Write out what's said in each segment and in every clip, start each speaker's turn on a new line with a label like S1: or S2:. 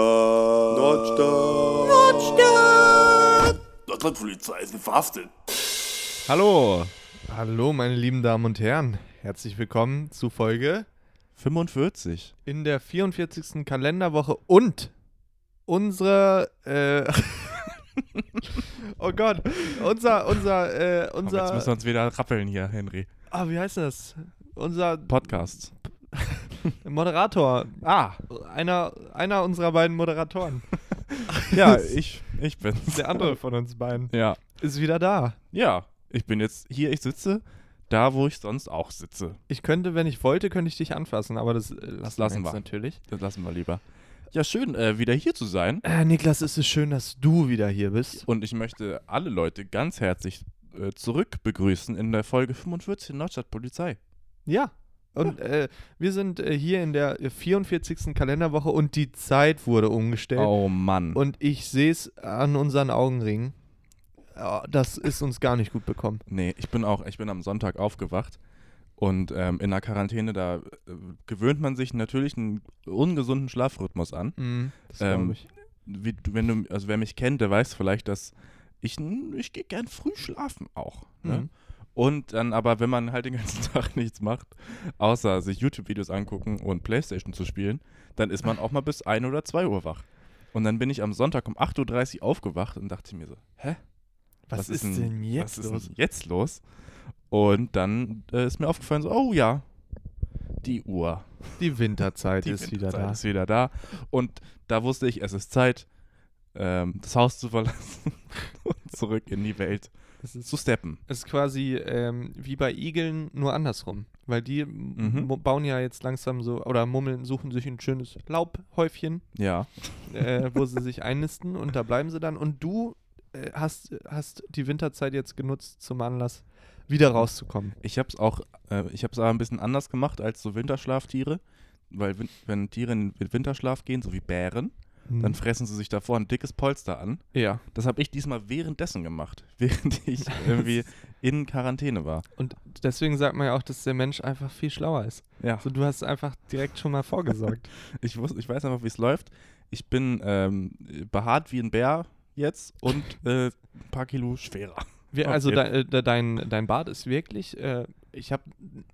S1: Nordstadt. Nordstadt. Nordstadt. Nordstadtpolizei ist verhaftet.
S2: Hallo. Hallo, meine lieben Damen und Herren. Herzlich willkommen zu Folge
S3: 45.
S2: in der 44. Kalenderwoche und unsere. Äh, oh Gott. Unser, unser, äh,
S3: Aber Oh jetzt müssen
S2: unser.
S3: wir uns wieder rappeln hier, Henry.
S2: Ah, wie heißt das? Unser
S3: Podcasts.
S2: Moderator.
S3: Ah,
S2: Einer, einer unserer beiden Moderatoren.
S3: ja, ich, ich bin's.
S2: Der andere von uns beiden.
S3: Ja,
S2: Ist wieder da.
S3: ja. Ich bin jetzt hier, ich sitze da, wo ich sonst auch sitze.
S2: Ich könnte, wenn ich wollte, könnte ich dich anfassen, aber das äh,
S3: Das
S2: lassen,
S3: lassen
S2: wir
S3: wir.
S2: jetzt natürlich.
S3: Das lassen wir lieber. Ja, schön, äh, wieder hier zu sein.
S2: Äh, Niklas, es ist schön, dass du wieder hier bist.
S3: Und ich möchte alle Leute ganz herzlich äh, zurück begrüßen in der Folge 45 Nordstadtpolizei.
S2: Ja. Und Äh, wir sind äh, hier in der 44. Kalenderwoche und die Zeit wurde umgestellt.
S3: Oh Mann.
S2: Und ich sehe es an unseren Augenringen. Oh, das ist uns gar nicht gut bekommen.
S3: Nee, ich bin auch, ich bin am Sonntag aufgewacht und ähm, in der Quarantäne, da äh, gewöhnt man sich natürlich einen ungesunden Schlafrhythmus an.
S2: Mhm, das
S3: Ähm,
S2: glaub ich.
S3: Wie, du- wenn du, also wer mich kennt, der weiß vielleicht, dass ich, n- ich gehe gern früh schlafen auch. Ne?
S2: Mhm.
S3: Und dann aber, wenn man halt den ganzen Tag nichts macht, außer sich YouTube-Videos angucken und Playstation zu spielen, dann ist man auch mal bis 1 oder 2 Uhr wach. Und dann bin ich am Sonntag um 8.30 Uhr aufgewacht und dachte mir so, hä?
S2: Was, ist denn,
S3: was
S2: jetzt
S3: ist
S2: los?
S3: Denn jetzt los? Und dann äh, ist mir aufgefallen, so, oh ja, die Uhr.
S2: Die Winterzeit
S3: Die
S2: ist wieder
S3: Winterzeit
S2: da.
S3: ist wieder da. Und da wusste ich, es ist Zeit, ähm, das Haus zu verlassen und zurück in die Welt
S2: Es ist,
S3: zu steppen.
S2: es ist quasi ähm, wie bei Igeln, nur andersrum. Weil die m-
S3: Mhm.
S2: bauen ja jetzt langsam so, oder mummeln, suchen sich ein schönes Laubhäufchen
S3: Ja.
S2: äh, wo sie sich einnisten und da bleiben sie dann. Und du äh, hast, hast die Winterzeit jetzt genutzt zum Anlass, wieder rauszukommen.
S3: Ich habe es auch, äh, ich habe es aber ein bisschen anders gemacht als so Winterschlaftiere. Weil win wenn Tiere in den Winterschlaf gehen, so wie Bären,
S2: Mhm.
S3: dann fressen sie sich davor ein dickes Polster an.
S2: ja.
S3: Das habe ich diesmal währenddessen gemacht, während ich irgendwie in Quarantäne war.
S2: Und deswegen sagt man ja auch, dass der Mensch einfach viel schlauer ist.
S3: Ja.
S2: Also du hast einfach direkt schon mal vorgesorgt.
S3: Ich, wus- ich weiß einfach, wie es läuft. Ich bin ähm, behaart wie ein Bär jetzt und äh, ein paar Kilo schwerer.
S2: Wir,
S3: Auf
S2: also
S3: jeden-
S2: de, de, dein, dein Bart ist wirklich, äh, ich habe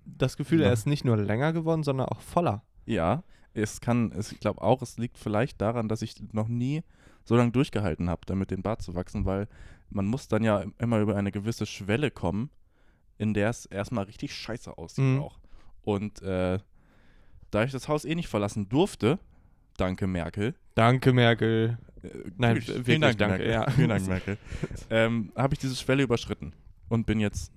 S2: das Gefühl,
S3: Ja.
S2: er ist nicht nur länger geworden, sondern auch voller.
S3: Ja, es kann, es, ich glaube auch, es liegt vielleicht daran, dass ich noch nie so lange durchgehalten habe, damit den Bart zu wachsen, weil man muss dann ja immer über eine gewisse Schwelle kommen, in der es erstmal richtig scheiße aussieht
S2: Mhm.
S3: auch. Und äh, da ich das Haus eh nicht verlassen durfte, danke Merkel,
S2: Danke, Merkel.
S3: Äh,
S2: Nein,
S3: gut,
S2: wirklich,
S3: vielen Dank,
S2: danke,
S3: Merkel.
S2: ja.
S3: Vielen Dank, Merkel. ähm, Habe ich diese Schwelle überschritten und bin jetzt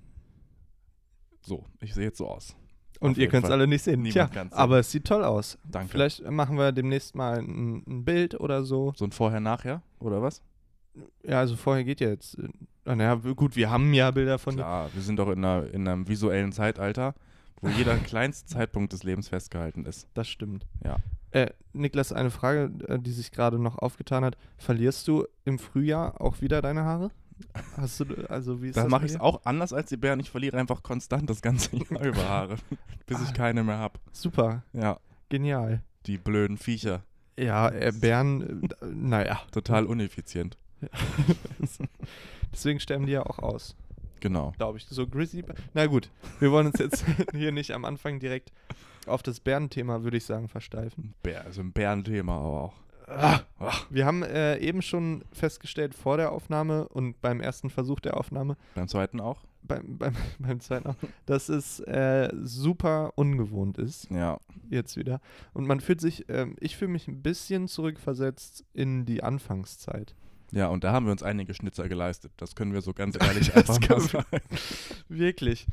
S3: so. Ich sehe jetzt so aus.
S2: Und
S3: Auf
S2: ihr
S3: jeden
S2: könnt es
S3: Fall.
S2: alle nicht sehen.
S3: Niemand
S2: Tja,
S3: kann's sehen.
S2: aber es sieht toll aus.
S3: Danke.
S2: Vielleicht machen wir demnächst mal ein, ein Bild oder so.
S3: So ein Vorher-Nachher oder was?
S2: Ja, also vorher geht ja jetzt. äh, ah, Naja, w- gut, wir haben ja Bilder von. dir.
S3: Klar, wir sind doch in, einer, in einem visuellen Zeitalter, wo jeder kleinste Zeitpunkt des Lebens festgehalten ist.
S2: Das stimmt.
S3: Ja.
S2: Äh, Niklas, eine Frage, äh, die sich gerade noch aufgetan hat. Verlierst du im Frühjahr auch wieder deine Haare? Hast du, also wie ist
S3: Da
S2: das
S3: mache
S2: bei
S3: ich es
S2: dir?
S3: auch anders als die Bären. Ich verliere einfach konstant das ganze Jahr über Haare, bis ich
S2: Ah.
S3: keine mehr habe.
S2: Super,
S3: Ja,
S2: genial.
S3: die blöden Viecher.
S2: Ja, äh, Bären, äh, naja.
S3: Total uneffizient.
S2: Deswegen sterben die ja auch aus,
S3: Genau.
S2: glaube ich. So Grizzly. Na gut, wir wollen uns jetzt hier nicht am Anfang direkt auf das Bärenthema, würde ich sagen, versteifen.
S3: Ein Bär, also ein Bärenthema aber auch.
S2: Wir haben äh, eben schon festgestellt vor der Aufnahme und beim ersten Versuch der Aufnahme,
S3: Beim zweiten auch?
S2: beim, beim, beim zweiten auch, dass es äh, super ungewohnt ist,
S3: Ja.
S2: jetzt wieder. Und man fühlt sich, ähm, ich fühle mich ein bisschen zurückversetzt in die Anfangszeit.
S3: Ja, und da haben wir uns einige Schnitzer geleistet. Das können wir so ganz ehrlich einfach mal
S2: können wir-
S3: sagen.
S2: Wirklich.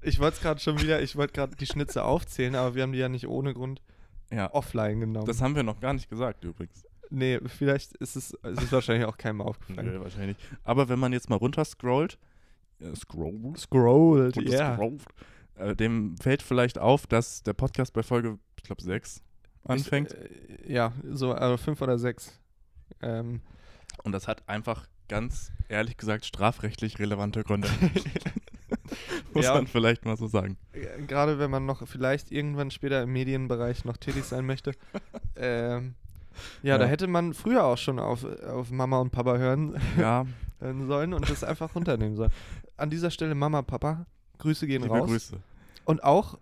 S2: Ich wollte es gerade schon wieder, ich wollte gerade die Schnitze aufzählen, aber wir haben die ja nicht ohne Grund
S3: Ja.
S2: offline genommen.
S3: Das haben wir noch gar nicht gesagt übrigens.
S2: nee, vielleicht ist es, es ist wahrscheinlich auch keinem aufgefallen.
S3: Nö, Äh, wahrscheinlich. Aber wenn man jetzt mal runterscrollt, äh, scrollt,
S2: Scrolled,
S3: und
S2: ja.
S3: das Grove, äh, dem fällt vielleicht auf, dass der Podcast bei Folge, ich glaube, 6 anfängt.
S2: Ich, Also, äh, ja, so also fünf oder sechs. Ähm,
S3: und das hat einfach ganz ehrlich gesagt strafrechtlich relevante Gründe. Muss
S2: Ja.
S3: man vielleicht mal so sagen.
S2: äh, Gerade wenn man noch vielleicht irgendwann später im Medienbereich noch tätig sein möchte. ähm, Ja, da
S3: Ja.
S2: hätte man früher auch schon auf, auf Mama und Papa hören,
S3: Ja,
S2: hören sollen und das einfach runternehmen sollen. An dieser Stelle Mama, Papa, Grüße gehen
S3: liebe
S2: raus.
S3: Grüße.
S2: Und auch,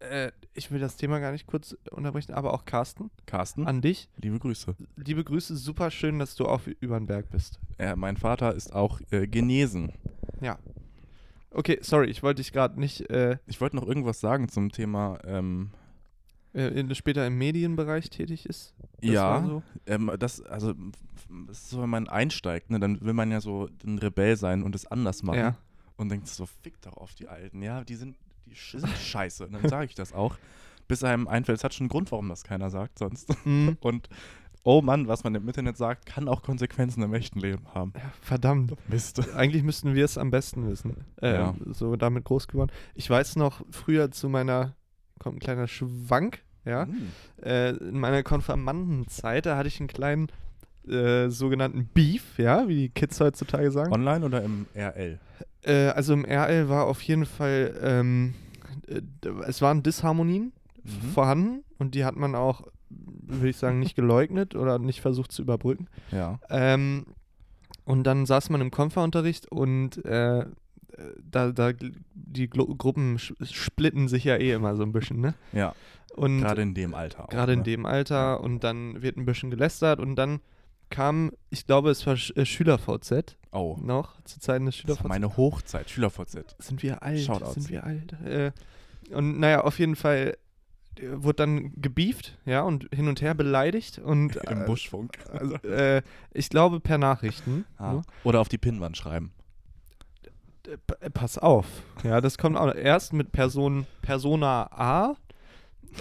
S2: äh, ich will das Thema gar nicht kurz unterbrechen, aber auch Carsten,
S3: Carsten,
S2: an dich.
S3: liebe Grüße.
S2: Liebe Grüße, super schön, dass du auch über den Berg bist.
S3: Äh, mein Vater ist auch äh, genesen.
S2: Ja. Okay, sorry, ich wollte dich gerade nicht äh,
S3: Ich wollte noch irgendwas sagen zum Thema, ähm,
S2: äh, in, später im Medienbereich tätig ist. Das
S3: ja,
S2: war so.
S3: ähm, das, also, m- m- das ist so, wenn man einsteigt, ne, dann will man ja so ein Rebell sein und es anders machen.
S2: Ja.
S3: Und denkt so, fick doch auf die Alten, ja, die sind, die sch- sind scheiße. Und dann sage ich das auch, bis einem einfällt, es hat schon einen Grund, warum das keiner sagt sonst.
S2: Mhm.
S3: Und oh Mann, was man im Internet sagt, kann auch Konsequenzen im echten Leben haben.
S2: Ja, Verdammt.
S3: Mist.
S2: Eigentlich müssten wir es am besten wissen. Äh,
S3: Ja.
S2: So damit groß geworden. Ich weiß noch, früher zu meiner, kommt ein kleiner Schwank, ja,
S3: Hm.
S2: äh, in meiner Konfirmandenzeit, da hatte ich einen kleinen äh, sogenannten Beef, ja, wie die Kids heutzutage sagen.
S3: Online oder im RL?
S2: Äh, also im RL war auf jeden Fall, ähm, äh, d- es waren Disharmonien
S3: Mhm.
S2: vorhanden und die hat man auch, würde ich sagen, nicht geleugnet oder nicht versucht zu überbrücken.
S3: Ja.
S2: Ähm, und dann saß man im Konferunterricht und äh, äh, da, da gl- die Glo Gruppen sch- splitten sich ja eh immer so ein bisschen, ne?
S3: Ja,
S2: Und
S3: gerade in dem Alter. auch,
S2: gerade in
S3: ne?
S2: dem Alter und dann wird ein bisschen gelästert und dann kam, ich glaube, es war Sch äh, SchülerVZ
S3: Oh,
S2: noch, zu Zeiten des
S3: das war
S2: SchülerVZ.
S3: meine Hochzeit, Schüler-VZ.
S2: Sind wir alt?
S3: Shoutouts.
S2: Sind wir alt? Äh, und naja, auf jeden Fall äh, wurde dann gebieft, ja, und hin und her beleidigt und
S3: Im
S2: äh,
S3: Buschfunk.
S2: Also, äh, ich glaube per Nachrichten.
S3: Ah.
S2: ne?
S3: Oder auf die Pinnwand schreiben.
S2: Äh, pa- äh, Pass auf. Ja, das kommt auch erst mit Person, Persona A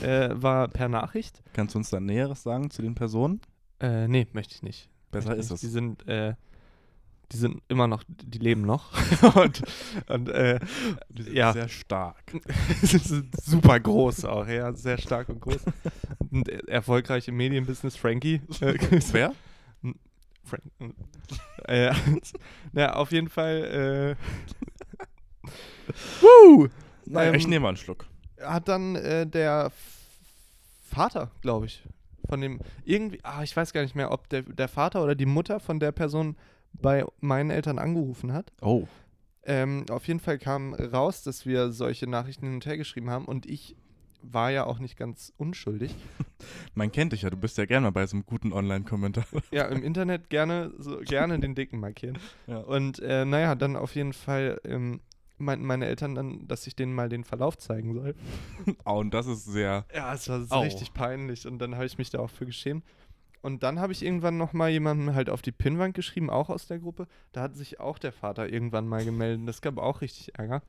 S2: äh, war per Nachricht.
S3: Kannst du uns dann Näheres sagen zu den Personen?
S2: Äh, nee, möchte ich nicht.
S3: Besser
S2: Möchte
S3: ist
S2: nicht. Die
S3: es.
S2: sind, äh, die sind immer noch, die leben noch. und und äh,
S3: Die
S2: sind ja.
S3: sehr stark.
S2: sie sind super groß auch, ja, sehr stark und groß. Und äh, erfolgreich im Medienbusiness, Frankie. Äh,
S3: Wer?
S2: Frank. hm. äh, ja, auf jeden Fall. Äh, Woo!
S3: Nein,
S2: Ähm,
S3: ich nehme mal einen Schluck.
S2: hat dann äh, der F- Vater, glaube ich, von dem irgendwie, ah, ich weiß gar nicht mehr, ob der, der Vater oder die Mutter von der Person bei meinen Eltern angerufen hat.
S3: Oh.
S2: Ähm, auf jeden Fall kam raus, dass wir solche Nachrichten hin und her geschrieben haben und ich war ja auch nicht ganz unschuldig.
S3: Man kennt dich ja, du bist ja gerne mal bei so einem guten Online-Kommentar.
S2: Ja, im Internet gerne, so, gerne den Dicken markieren.
S3: Ja.
S2: Und äh, naja, dann auf jeden Fall ähm, meinten meine Eltern dann, dass ich denen mal den Verlauf zeigen soll.
S3: Oh, und das ist sehr.
S2: Ja, es war so
S3: Au.
S2: richtig peinlich und dann habe ich mich da auch für geschämt. Und dann habe ich irgendwann nochmal jemandem halt auf die Pinnwand geschrieben, auch aus der Gruppe. Da hat sich auch der Vater irgendwann mal gemeldet. Das gab auch richtig Ärger.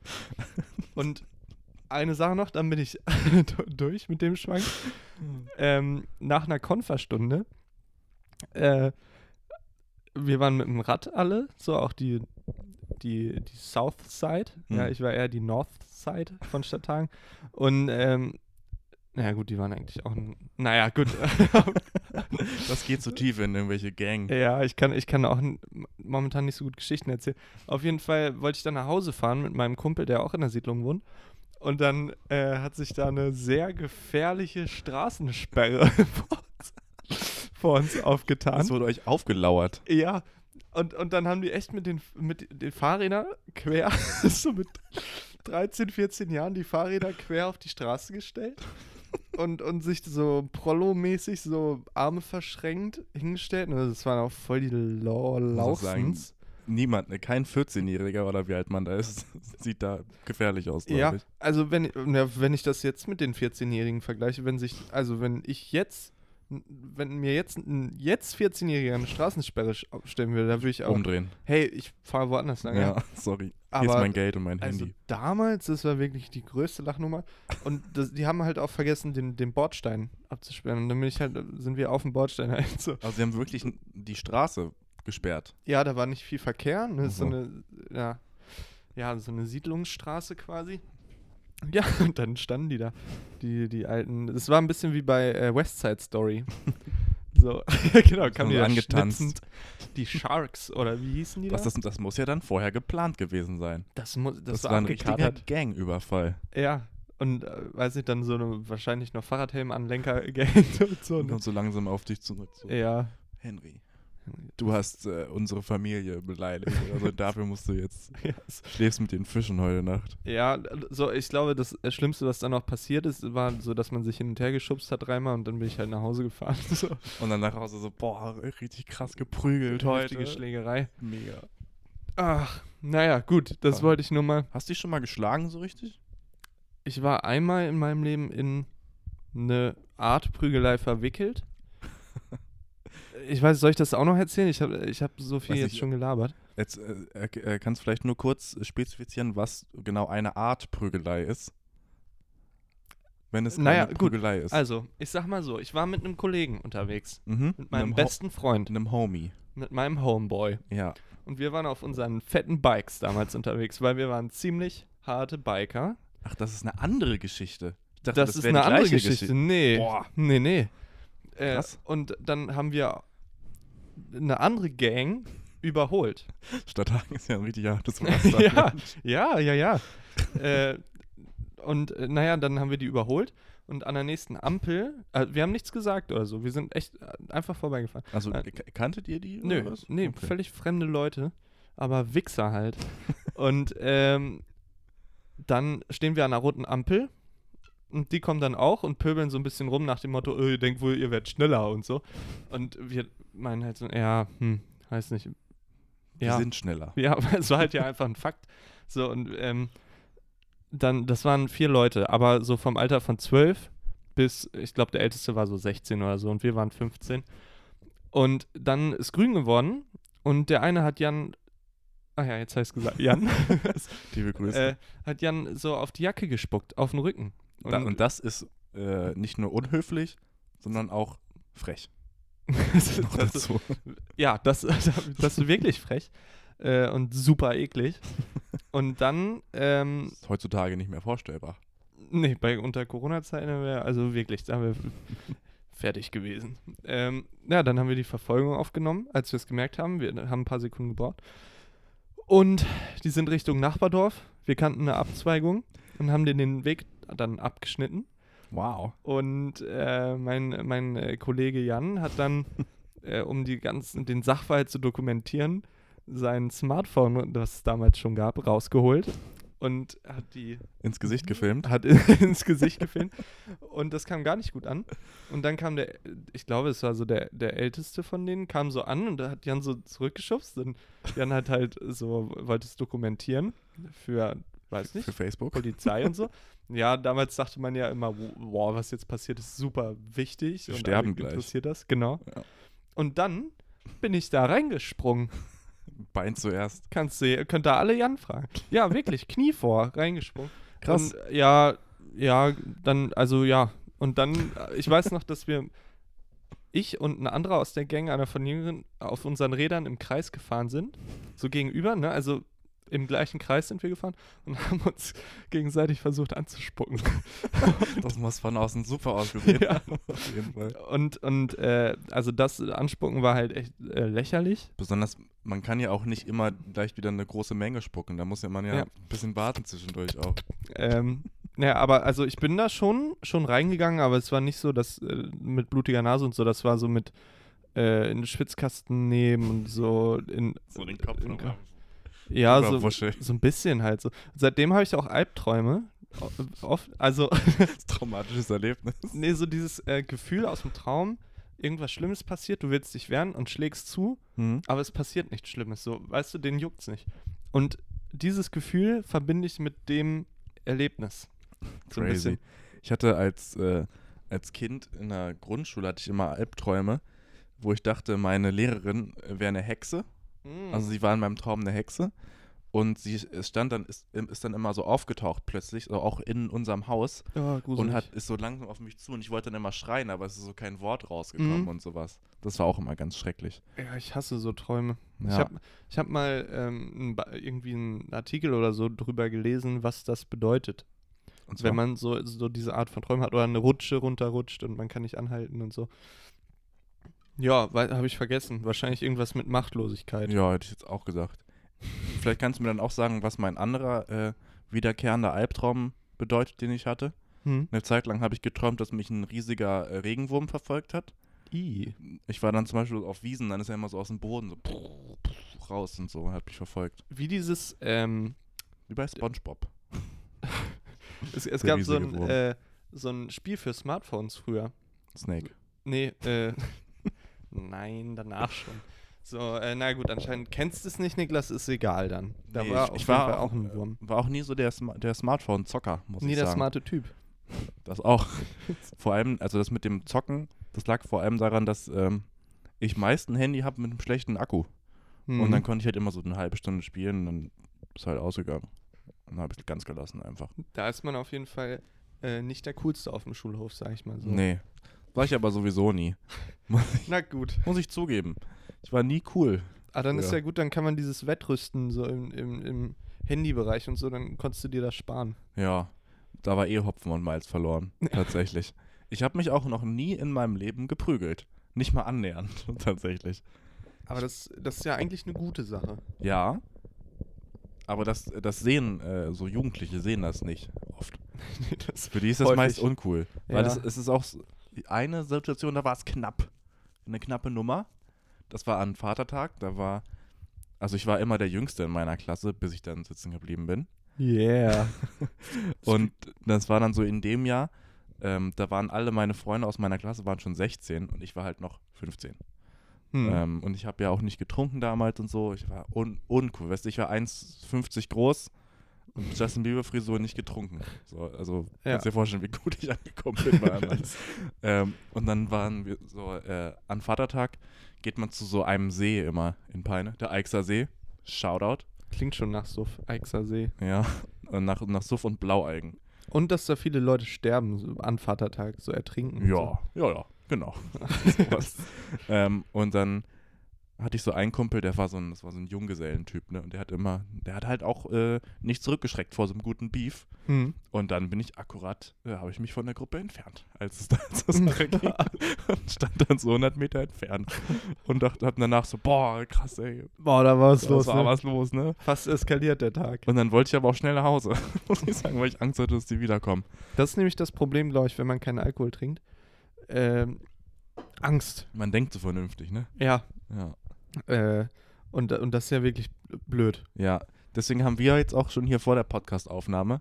S2: Und eine Sache noch, dann bin ich du- durch mit dem Schwank. Ähm, nach einer Konferstunde, äh, wir waren mit dem Rad alle, so auch die, die, die South Side. Ja,
S3: Mhm.
S2: ich war eher die North Side von Stadthagen. Und ähm, naja, gut, die waren eigentlich auch. n- Naja, gut.
S3: Das geht zu tief in irgendwelche Gang.
S2: ja, ich kann, ich kann auch n- momentan nicht so gut Geschichten erzählen. Auf jeden Fall wollte ich dann nach Hause fahren mit meinem Kumpel, der auch in der Siedlung wohnt. Und dann äh, hat sich da eine sehr gefährliche Straßensperre vor uns- vor uns aufgetan.
S3: Das wurde euch aufgelauert.
S2: Ja, und, und dann haben die echt mit den, mit den Fahrrädern quer, so mit 13, 14 Jahren, die Fahrräder quer auf die Straße gestellt und, und sich so Prollo-mäßig so Arme verschränkt hingestellt. Und das waren auch voll die Lau-
S3: Muss ich Also sagen,
S2: Lauchsens.
S3: Niemand, ne, kein 14-Jähriger oder wie alt man da ist, sieht da gefährlich aus, glaub
S2: Ja,
S3: ich.
S2: also wenn, na, wenn ich das jetzt mit den 14-Jährigen vergleiche, wenn sich, also wenn ich jetzt, wenn mir jetzt ein jetzt 14-Jähriger eine Straßensperre sch- stellen würde, da würde ich auch,
S3: Umdrehen.
S2: hey, ich fahre woanders lang.
S3: Ja, sorry. Hier ist
S2: Aber-
S3: mein Geld und mein
S2: Also
S3: Handy.
S2: damals, das war wirklich die größte Lachnummer. Und das, die haben halt auch vergessen, den, den Bordstein abzusperren. Und dann bin ich halt, sind wir auf dem Bordstein halt so.
S3: Also sie haben wirklich n- die Straße gesperrt.
S2: Ja, da war nicht viel Verkehr. Ne? Ist so
S3: Mhm.
S2: eine, ja, ja, so eine Siedlungsstraße quasi. Ja, und dann standen die da, die, die alten. Es war ein bisschen wie bei äh, West Side Story. So, genau, kamen die
S3: so
S2: da
S3: angetanzt.
S2: schnitzend. Die Sharks, oder wie hießen die
S3: Was,
S2: da?
S3: das, das muss ja dann vorher geplant gewesen sein.
S2: Das, muss, das,
S3: Das,
S2: war
S3: war ein richtiger
S2: abgekatert.
S3: Gangüberfall.
S2: Ja, und äh, weiß nicht, dann so eine, wahrscheinlich noch Fahrradhelm an den Lenker gehängt und so.
S3: Und
S2: Ne?
S3: kommt so langsam auf dich zurück. So.
S2: Ja.
S3: Henry, du hast äh, unsere Familie beleidigt. Also dafür musst du jetzt,
S2: Ja, es-
S3: schläfst mit den Fischen heute Nacht.
S2: Ja, so ich glaube, das äh, Schlimmste, was dann noch passiert ist, war so, dass man sich hin und her geschubst hat dreimal und dann bin ich halt nach Hause gefahren. So,
S3: Und dann nach Hause so, boah, richtig krass geprügelt heute.
S2: Richtige Schlägerei.
S3: Mega.
S2: Ach, naja, gut, das
S3: Ah.
S2: wollte ich nur mal.
S3: Hast du dich schon mal geschlagen so richtig?
S2: Ich war einmal in meinem Leben in eine Art Prügelei verwickelt. Ich weiß, soll ich das auch noch erzählen? Ich habe ich hab so viel
S3: Weiß
S2: jetzt
S3: nicht.
S2: schon gelabert.
S3: Jetzt äh, erk- äh, kannst du vielleicht nur kurz spezifizieren, was genau eine Art Prügelei ist. Wenn es keine
S2: Naja, gut.
S3: Prügelei ist.
S2: Also, ich sag mal so, ich war mit einem Kollegen unterwegs.
S3: mhm.
S2: Mit meinem
S3: Einem Ho-
S2: besten Freund,
S3: Einem Homie.
S2: mit meinem Homeboy.
S3: Ja.
S2: Und wir waren auf unseren fetten Bikes damals unterwegs, weil wir waren ziemlich harte Biker.
S3: Ach, das ist eine andere Geschichte. Ich dachte,
S2: das, ist
S3: wäre die
S2: eine andere
S3: gleiche
S2: Geschichte. Nee.
S3: Boah.
S2: Nee, nee. Äh,
S3: Krass.
S2: und dann haben wir eine andere Gang überholt.
S3: Stadthagen ist ja ein richtig hartes Wasser.
S2: ja, ja, ja, ja. äh, und äh, naja, dann haben wir die überholt. Und an der nächsten Ampel, äh, wir haben nichts gesagt oder so. Wir sind echt äh, einfach vorbeigefahren.
S3: Also
S2: Äh,
S3: k- kanntet ihr die?
S2: Nö,
S3: oder was?
S2: nee,
S3: Okay.
S2: völlig fremde Leute, aber Wichser halt. und ähm, dann stehen wir an einer roten Ampel und die kommen dann auch und pöbeln so ein bisschen rum nach dem Motto, "Ö, ihr denkt wohl, ihr werdet schneller und so. Und wir meinen halt so, ja, hm, weiß nicht.
S3: Die
S2: Ja,
S3: sind schneller.
S2: ja, aber es war halt ja einfach ein Fakt. So, und ähm, dann, das waren vier Leute, aber so vom Alter von zwölf bis, ich glaube, der älteste war so 16 oder so und wir waren 15. Und dann ist grün geworden und der eine hat Jan, ah ja, jetzt heißt es gesagt, Jan,
S3: Liebe Grüße.
S2: äh, hat Jan so auf die Jacke gespuckt, auf den Rücken.
S3: und, da, und das ist äh, nicht nur unhöflich, sondern auch frech.
S2: das,
S3: Noch
S2: das,
S3: dazu.
S2: Ja, das, das ist wirklich frech äh, und super eklig. Und dann ähm,
S3: ist heutzutage nicht mehr vorstellbar.
S2: Nee, bei unter Corona-Zeiten wäre also wirklich, da wäre fertig gewesen. Ähm, ja, dann haben wir die Verfolgung aufgenommen, als wir es gemerkt haben. Wir haben ein paar Sekunden gebraucht. Und die sind Richtung Nachbardorf. Wir kannten eine Abzweigung und haben denen den Weg dann abgeschnitten.
S3: Wow.
S2: Und äh, mein, mein äh, Kollege Jan hat dann, äh, um die ganzen, den Sachverhalt zu dokumentieren, sein Smartphone, das es damals schon gab, rausgeholt und hat die
S3: Ins Gesicht gefilmt.
S2: hat ins Gesicht gefilmt. Und das kam gar nicht gut an. Und dann kam der, ich glaube, es war so der, der Älteste von denen, kam so an und da hat Jan so zurückgeschubst. Und Jan hat halt so, wollte es dokumentieren für, weiß nicht,
S3: Für Facebook.
S2: Polizei und so. Ja, damals dachte man ja immer, wow, was jetzt passiert, ist super wichtig.
S3: Wir
S2: und
S3: sterben
S2: alle
S3: gleich.
S2: Interessiert das, genau.
S3: Ja.
S2: Und dann bin ich da reingesprungen.
S3: Bein zuerst.
S2: Kannst du, könnt ihr alle Jan fragen. Ja, wirklich, Knie vor, reingesprungen.
S3: Krass.
S2: Und, äh, ja, ja, dann, also ja. Und dann, äh, ich weiß noch, dass wir, ich und ein anderer aus der Gang, einer von Jüngeren, auf unseren Rädern im Kreis gefahren sind. So gegenüber, ne? Also im gleichen Kreis sind wir gefahren und haben uns gegenseitig versucht anzuspucken.
S3: Das muss von außen super ausgesehen
S2: Ja.
S3: haben, auf jeden Fall.
S2: Und, und äh, also das Anspucken war halt echt äh, lächerlich.
S3: Besonders, man kann ja auch nicht immer gleich wieder eine große Menge spucken. Da muss ja man ja,
S2: Ja.
S3: ein bisschen warten zwischendurch auch.
S2: Ähm, naja, aber also ich bin da schon, schon reingegangen, aber es war nicht so, dass äh, mit blutiger Nase und so, das war so mit äh, in den Schwitzkasten nehmen und so in.
S1: So den Kopf
S2: in-
S1: nochmal.
S2: Ja, so,
S3: Überwuscheln.
S2: so ein bisschen halt so. Seitdem habe ich auch Albträume. O- Oft, also,
S3: Traumatisches Erlebnis.
S2: nee, so dieses äh, Gefühl aus dem Traum, irgendwas Schlimmes passiert, du willst dich wehren und schlägst zu, aber es passiert nichts Schlimmes. So, weißt du, den juckt's nicht. Und dieses Gefühl verbinde ich mit dem Erlebnis. So ein
S3: Crazy.
S2: bisschen.
S3: Ich hatte als, äh, als Kind in der Grundschule hatte ich immer Albträume, wo ich dachte, meine Lehrerin wäre eine Hexe.
S2: Mm.
S3: Also sie war in meinem Traum eine Hexe und sie ist- es stand dann, ist, ist dann immer so aufgetaucht plötzlich, also auch in unserem Haus
S2: Ja, gruselig.
S3: und hat, ist so langsam auf mich zu und ich wollte dann immer schreien, aber es ist so kein Wort rausgekommen
S2: Mhm.
S3: und sowas. Das war auch immer ganz schrecklich.
S2: ja, ich hasse so Träume. Ich
S3: Ja.
S2: habe ich hab mal ähm, ein Ba- irgendwie einen Artikel oder so drüber gelesen, was das bedeutet.
S3: und zwar-
S2: Wenn man so, so diese Art von Träumen hat oder eine Rutsche runterrutscht und man kann nicht anhalten und so. Ja, habe ich vergessen. Wahrscheinlich irgendwas mit Machtlosigkeit.
S3: ja, hätte ich jetzt auch gesagt. Vielleicht kannst du mir dann auch sagen, was mein anderer äh, wiederkehrender Albtraum bedeutet, den ich hatte.
S2: Hm.
S3: Eine Zeit lang habe ich geträumt, dass mich ein riesiger äh, Regenwurm verfolgt hat.
S2: I.
S3: Ich war dann zum Beispiel auf Wiesen, dann ist er immer so aus dem Boden so puh, puh, raus und so und hat mich verfolgt.
S2: Wie dieses, ähm,
S3: Wie bei Spongebob.
S2: es, es
S3: Der
S2: gab so ein,
S3: riesige Wurm.
S2: äh, so ein Spiel für Smartphones früher.
S3: Snake.
S2: Nee, äh, nein, danach schon. So, äh, na gut, anscheinend kennst du es nicht, Niklas, ist egal dann. Da
S3: Nee,
S2: war
S3: ich-
S2: auf
S3: ich
S2: jeden
S3: war
S2: Fall
S3: auch-
S2: auch ein Wurm.
S3: War auch nie so der, Sma der Smartphone-Zocker, muss
S2: Nie
S3: ich
S2: der
S3: sagen.
S2: smarte Typ.
S3: Das auch. vor allem, also das mit dem Zocken, das lag vor allem daran, dass ähm, ich meist ein Handy habe mit einem schlechten Akku.
S2: Mhm.
S3: Und dann konnte ich halt immer so eine halbe Stunde spielen und dann ist halt ausgegangen. Dann habe ich ganz gelassen einfach.
S2: da ist man auf jeden Fall äh, nicht der Coolste auf dem Schulhof, sag ich mal so.
S3: Nee. War ich aber sowieso nie. Muss ich,
S2: Na gut.
S3: muss ich zugeben. Ich war nie cool.
S2: Ah, dann ist
S3: Früher.
S2: ja gut, dann kann man dieses Wettrüsten so im, im, im Handybereich und so, dann konntest du dir das sparen.
S3: Ja, da war eh Hopfen und Malz verloren, tatsächlich. Ich habe mich auch noch nie in meinem Leben geprügelt. Nicht mal annähernd, tatsächlich.
S2: Aber das, das ist ja eigentlich eine gute Sache.
S3: Ja, aber das, das sehen, äh, so Jugendliche sehen das nicht oft.
S2: Nee, das-
S3: Für die ist das
S2: Häufig.
S3: meist uncool. Weil
S2: Ja.
S3: das, es ist auch s- eine Situation, da war es knapp. Eine knappe Nummer. Das war an Vatertag, da war, also ich war immer der Jüngste in meiner Klasse, bis ich dann sitzen geblieben bin.
S2: Yeah.
S3: Und das war dann so in dem Jahr, ähm, da waren alle meine Freunde aus meiner Klasse waren schon 16 und ich war halt noch 15.
S2: Hm.
S3: Ähm, und ich habe ja auch nicht getrunken damals und so. Ich war un uncool. Weißt du, ich war 1,50 groß und Justin Bieber Frisur nicht getrunken. So, also
S2: Ja.
S3: kannst dir vorstellen, wie gut ich angekommen bin. Bei anderen. ähm, und dann waren wir so, äh, an Vatertag geht man zu so einem See immer in Peine, der Eichser See. Shoutout.
S2: Klingt schon nach Suff, Eichser See.
S3: Ja, und nach, nach Suff und Blaueigen.
S2: Und dass da viele Leute sterben so an Vatertag, so ertrinken. und So.
S3: Ja, ja, ja, genau. Sowas. ähm, und dann hatte ich so einen Kumpel, der war so ein, das war so ein Junggesellentyp, ne? Und der hat immer, der hat halt auch äh, nicht zurückgeschreckt vor so einem guten Beef.
S2: Hm.
S3: Und dann bin ich akkurat, äh, habe ich mich von der Gruppe entfernt, als es da zur Sache ging. Und stand dann so 100 Meter entfernt. Und dachte, hab danach so, boah, krass, ey.
S2: Boah, da war
S3: Da war was los, ne?
S2: Fast eskaliert der Tag.
S3: Und dann wollte ich aber auch schnell nach Hause, muss ich sagen, weil ich Angst hatte, dass die wiederkommen.
S2: Das ist nämlich das Problem, glaube ich, wenn man keinen Alkohol trinkt. Ähm, Angst.
S3: Man denkt so vernünftig, ne?
S2: Ja.
S3: Ja.
S2: Äh, und, und das ist ja wirklich blöd.
S3: Ja, deswegen haben wir jetzt auch schon hier vor der Podcast-Aufnahme,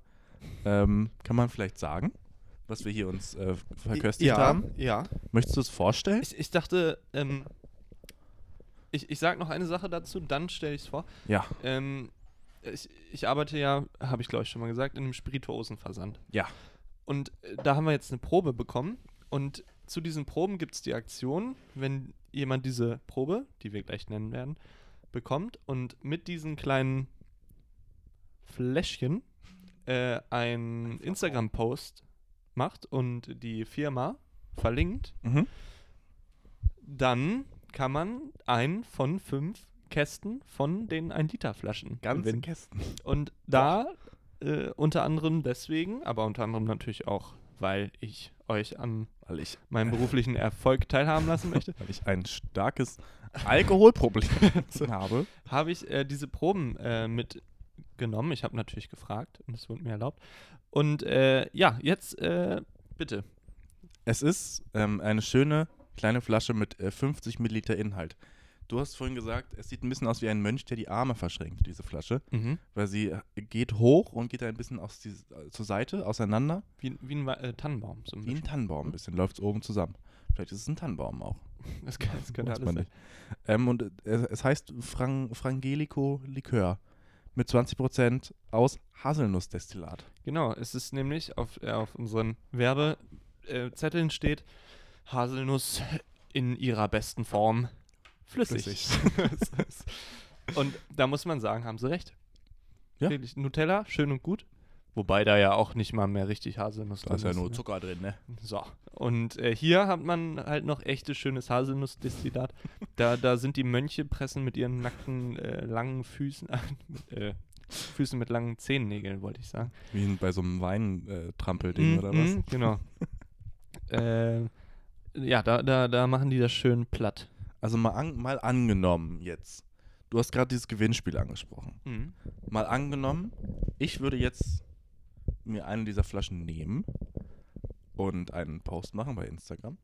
S3: ähm, kann man vielleicht sagen, was wir hier uns äh, verköstigt
S2: ja,
S3: haben.
S2: Ja.
S3: Möchtest du es vorstellen?
S2: Ich, ich dachte, ähm, ich, ich sag noch eine Sache dazu, dann stelle ich es vor.
S3: Ja,
S2: Ähm, ich, ich arbeite ja, habe ich glaube ich schon mal gesagt, in einem Spirituosenversand.
S3: ja.
S2: Und äh, da haben wir jetzt eine Probe bekommen. Und zu diesen Proben gibt es die Aktion, wenn jemand diese Probe, die wir gleich nennen werden, bekommt und mit diesen kleinen Fläschchen äh, einen Instagram-Post macht und die Firma verlinkt,
S3: Mhm.
S2: dann kann man einen von fünf Kästen von den 1-Liter-Flaschen
S3: Ganze Kästen.
S2: und da äh, unter anderem deswegen, aber unter anderem natürlich auch, weil ich euch an
S3: Weil ich,
S2: meinem beruflichen Erfolg teilhaben lassen möchte,
S3: weil ich ein starkes Alkoholproblem habe.
S2: habe ich äh, diese Proben äh, mitgenommen. Ich habe natürlich gefragt und es wurde mir erlaubt. Und äh, ja, jetzt äh, bitte.
S3: Es ist ähm, eine schöne kleine Flasche mit äh, 50 Milliliter Inhalt. Du hast vorhin gesagt, es sieht ein bisschen aus wie ein Mönch, der die Arme verschränkt, diese Flasche. Weil sie äh, geht hoch und geht ein bisschen aus die, zur Seite, auseinander.
S2: Wie, wie ein Wa- äh, Tannenbaum. So ein
S3: Wie ein
S2: bisschen.
S3: Tannenbaum ein bisschen, läuft es oben zusammen. Vielleicht ist es ein Tannenbaum auch.
S2: das, kann, das könnte
S3: Weiß
S2: alles
S3: man
S2: sein.
S3: nicht. Ähm, und äh, es heißt Frang Frangelico Likör mit 20% aus Haselnussdestillat.
S2: Genau, es ist nämlich auf, äh, auf unseren Werbezetteln äh, Zetteln steht Haselnuss in ihrer besten Form flüssig. und da muss man sagen, haben sie recht.
S3: Ja.
S2: Wirklich, Nutella, schön und gut. Wobei da ja auch nicht mal mehr richtig Haselnuss
S3: Da ist ja
S2: drin
S3: nur Zucker drin, ne?
S2: So, und äh, hier hat man halt noch echtes schönes Haselnussdestillat. da, da sind die Mönche pressen mit ihren nackten, äh, langen Füßen, äh, Füßen mit langen Zehennägeln, wollte ich sagen.
S3: Wie in- bei so einem Weintrampelding
S2: Mm,
S3: oder
S2: mm,
S3: was?
S2: Genau. ähm, ja, da, da, da machen die das schön platt.
S3: Also mal, an, mal angenommen jetzt. Du Mhm. hast gerade dieses Gewinnspiel angesprochen. Mal angenommen, ich würde jetzt mir eine dieser Flaschen nehmen und einen Post machen bei Instagram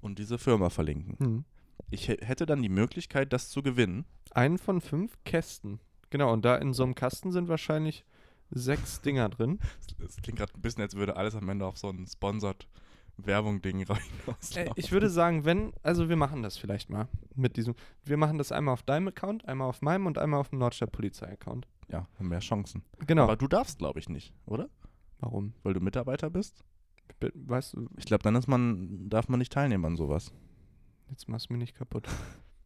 S3: und diese Firma verlinken.
S2: Hm.
S3: Ich hä- hätte dann die Möglichkeit, das zu gewinnen.
S2: Einen von fünf Kästen. Genau, und da in so einem Kasten sind wahrscheinlich sechs Dinger drin.
S3: Es- Es klingt gerade ein bisschen, als würde alles am Ende auf so ein Sponsored-Werbung-Ding rein
S2: Äh,
S3: auslaufen.
S2: ich würde sagen, wenn, also wir machen das vielleicht mal mit diesem. Wir machen das einmal auf deinem Account, einmal auf meinem und einmal auf dem Nordstadt-Polizei-Account.
S3: Ja, haben mehr Chancen.
S2: Genau.
S3: Aber du darfst, glaube ich, nicht, oder?
S2: Warum?
S3: Weil du Mitarbeiter bist?
S2: Be- Weißt du,
S3: Ich glaube, dann ist man, darf man nicht teilnehmen an sowas.
S2: jetzt machst du mich nicht kaputt.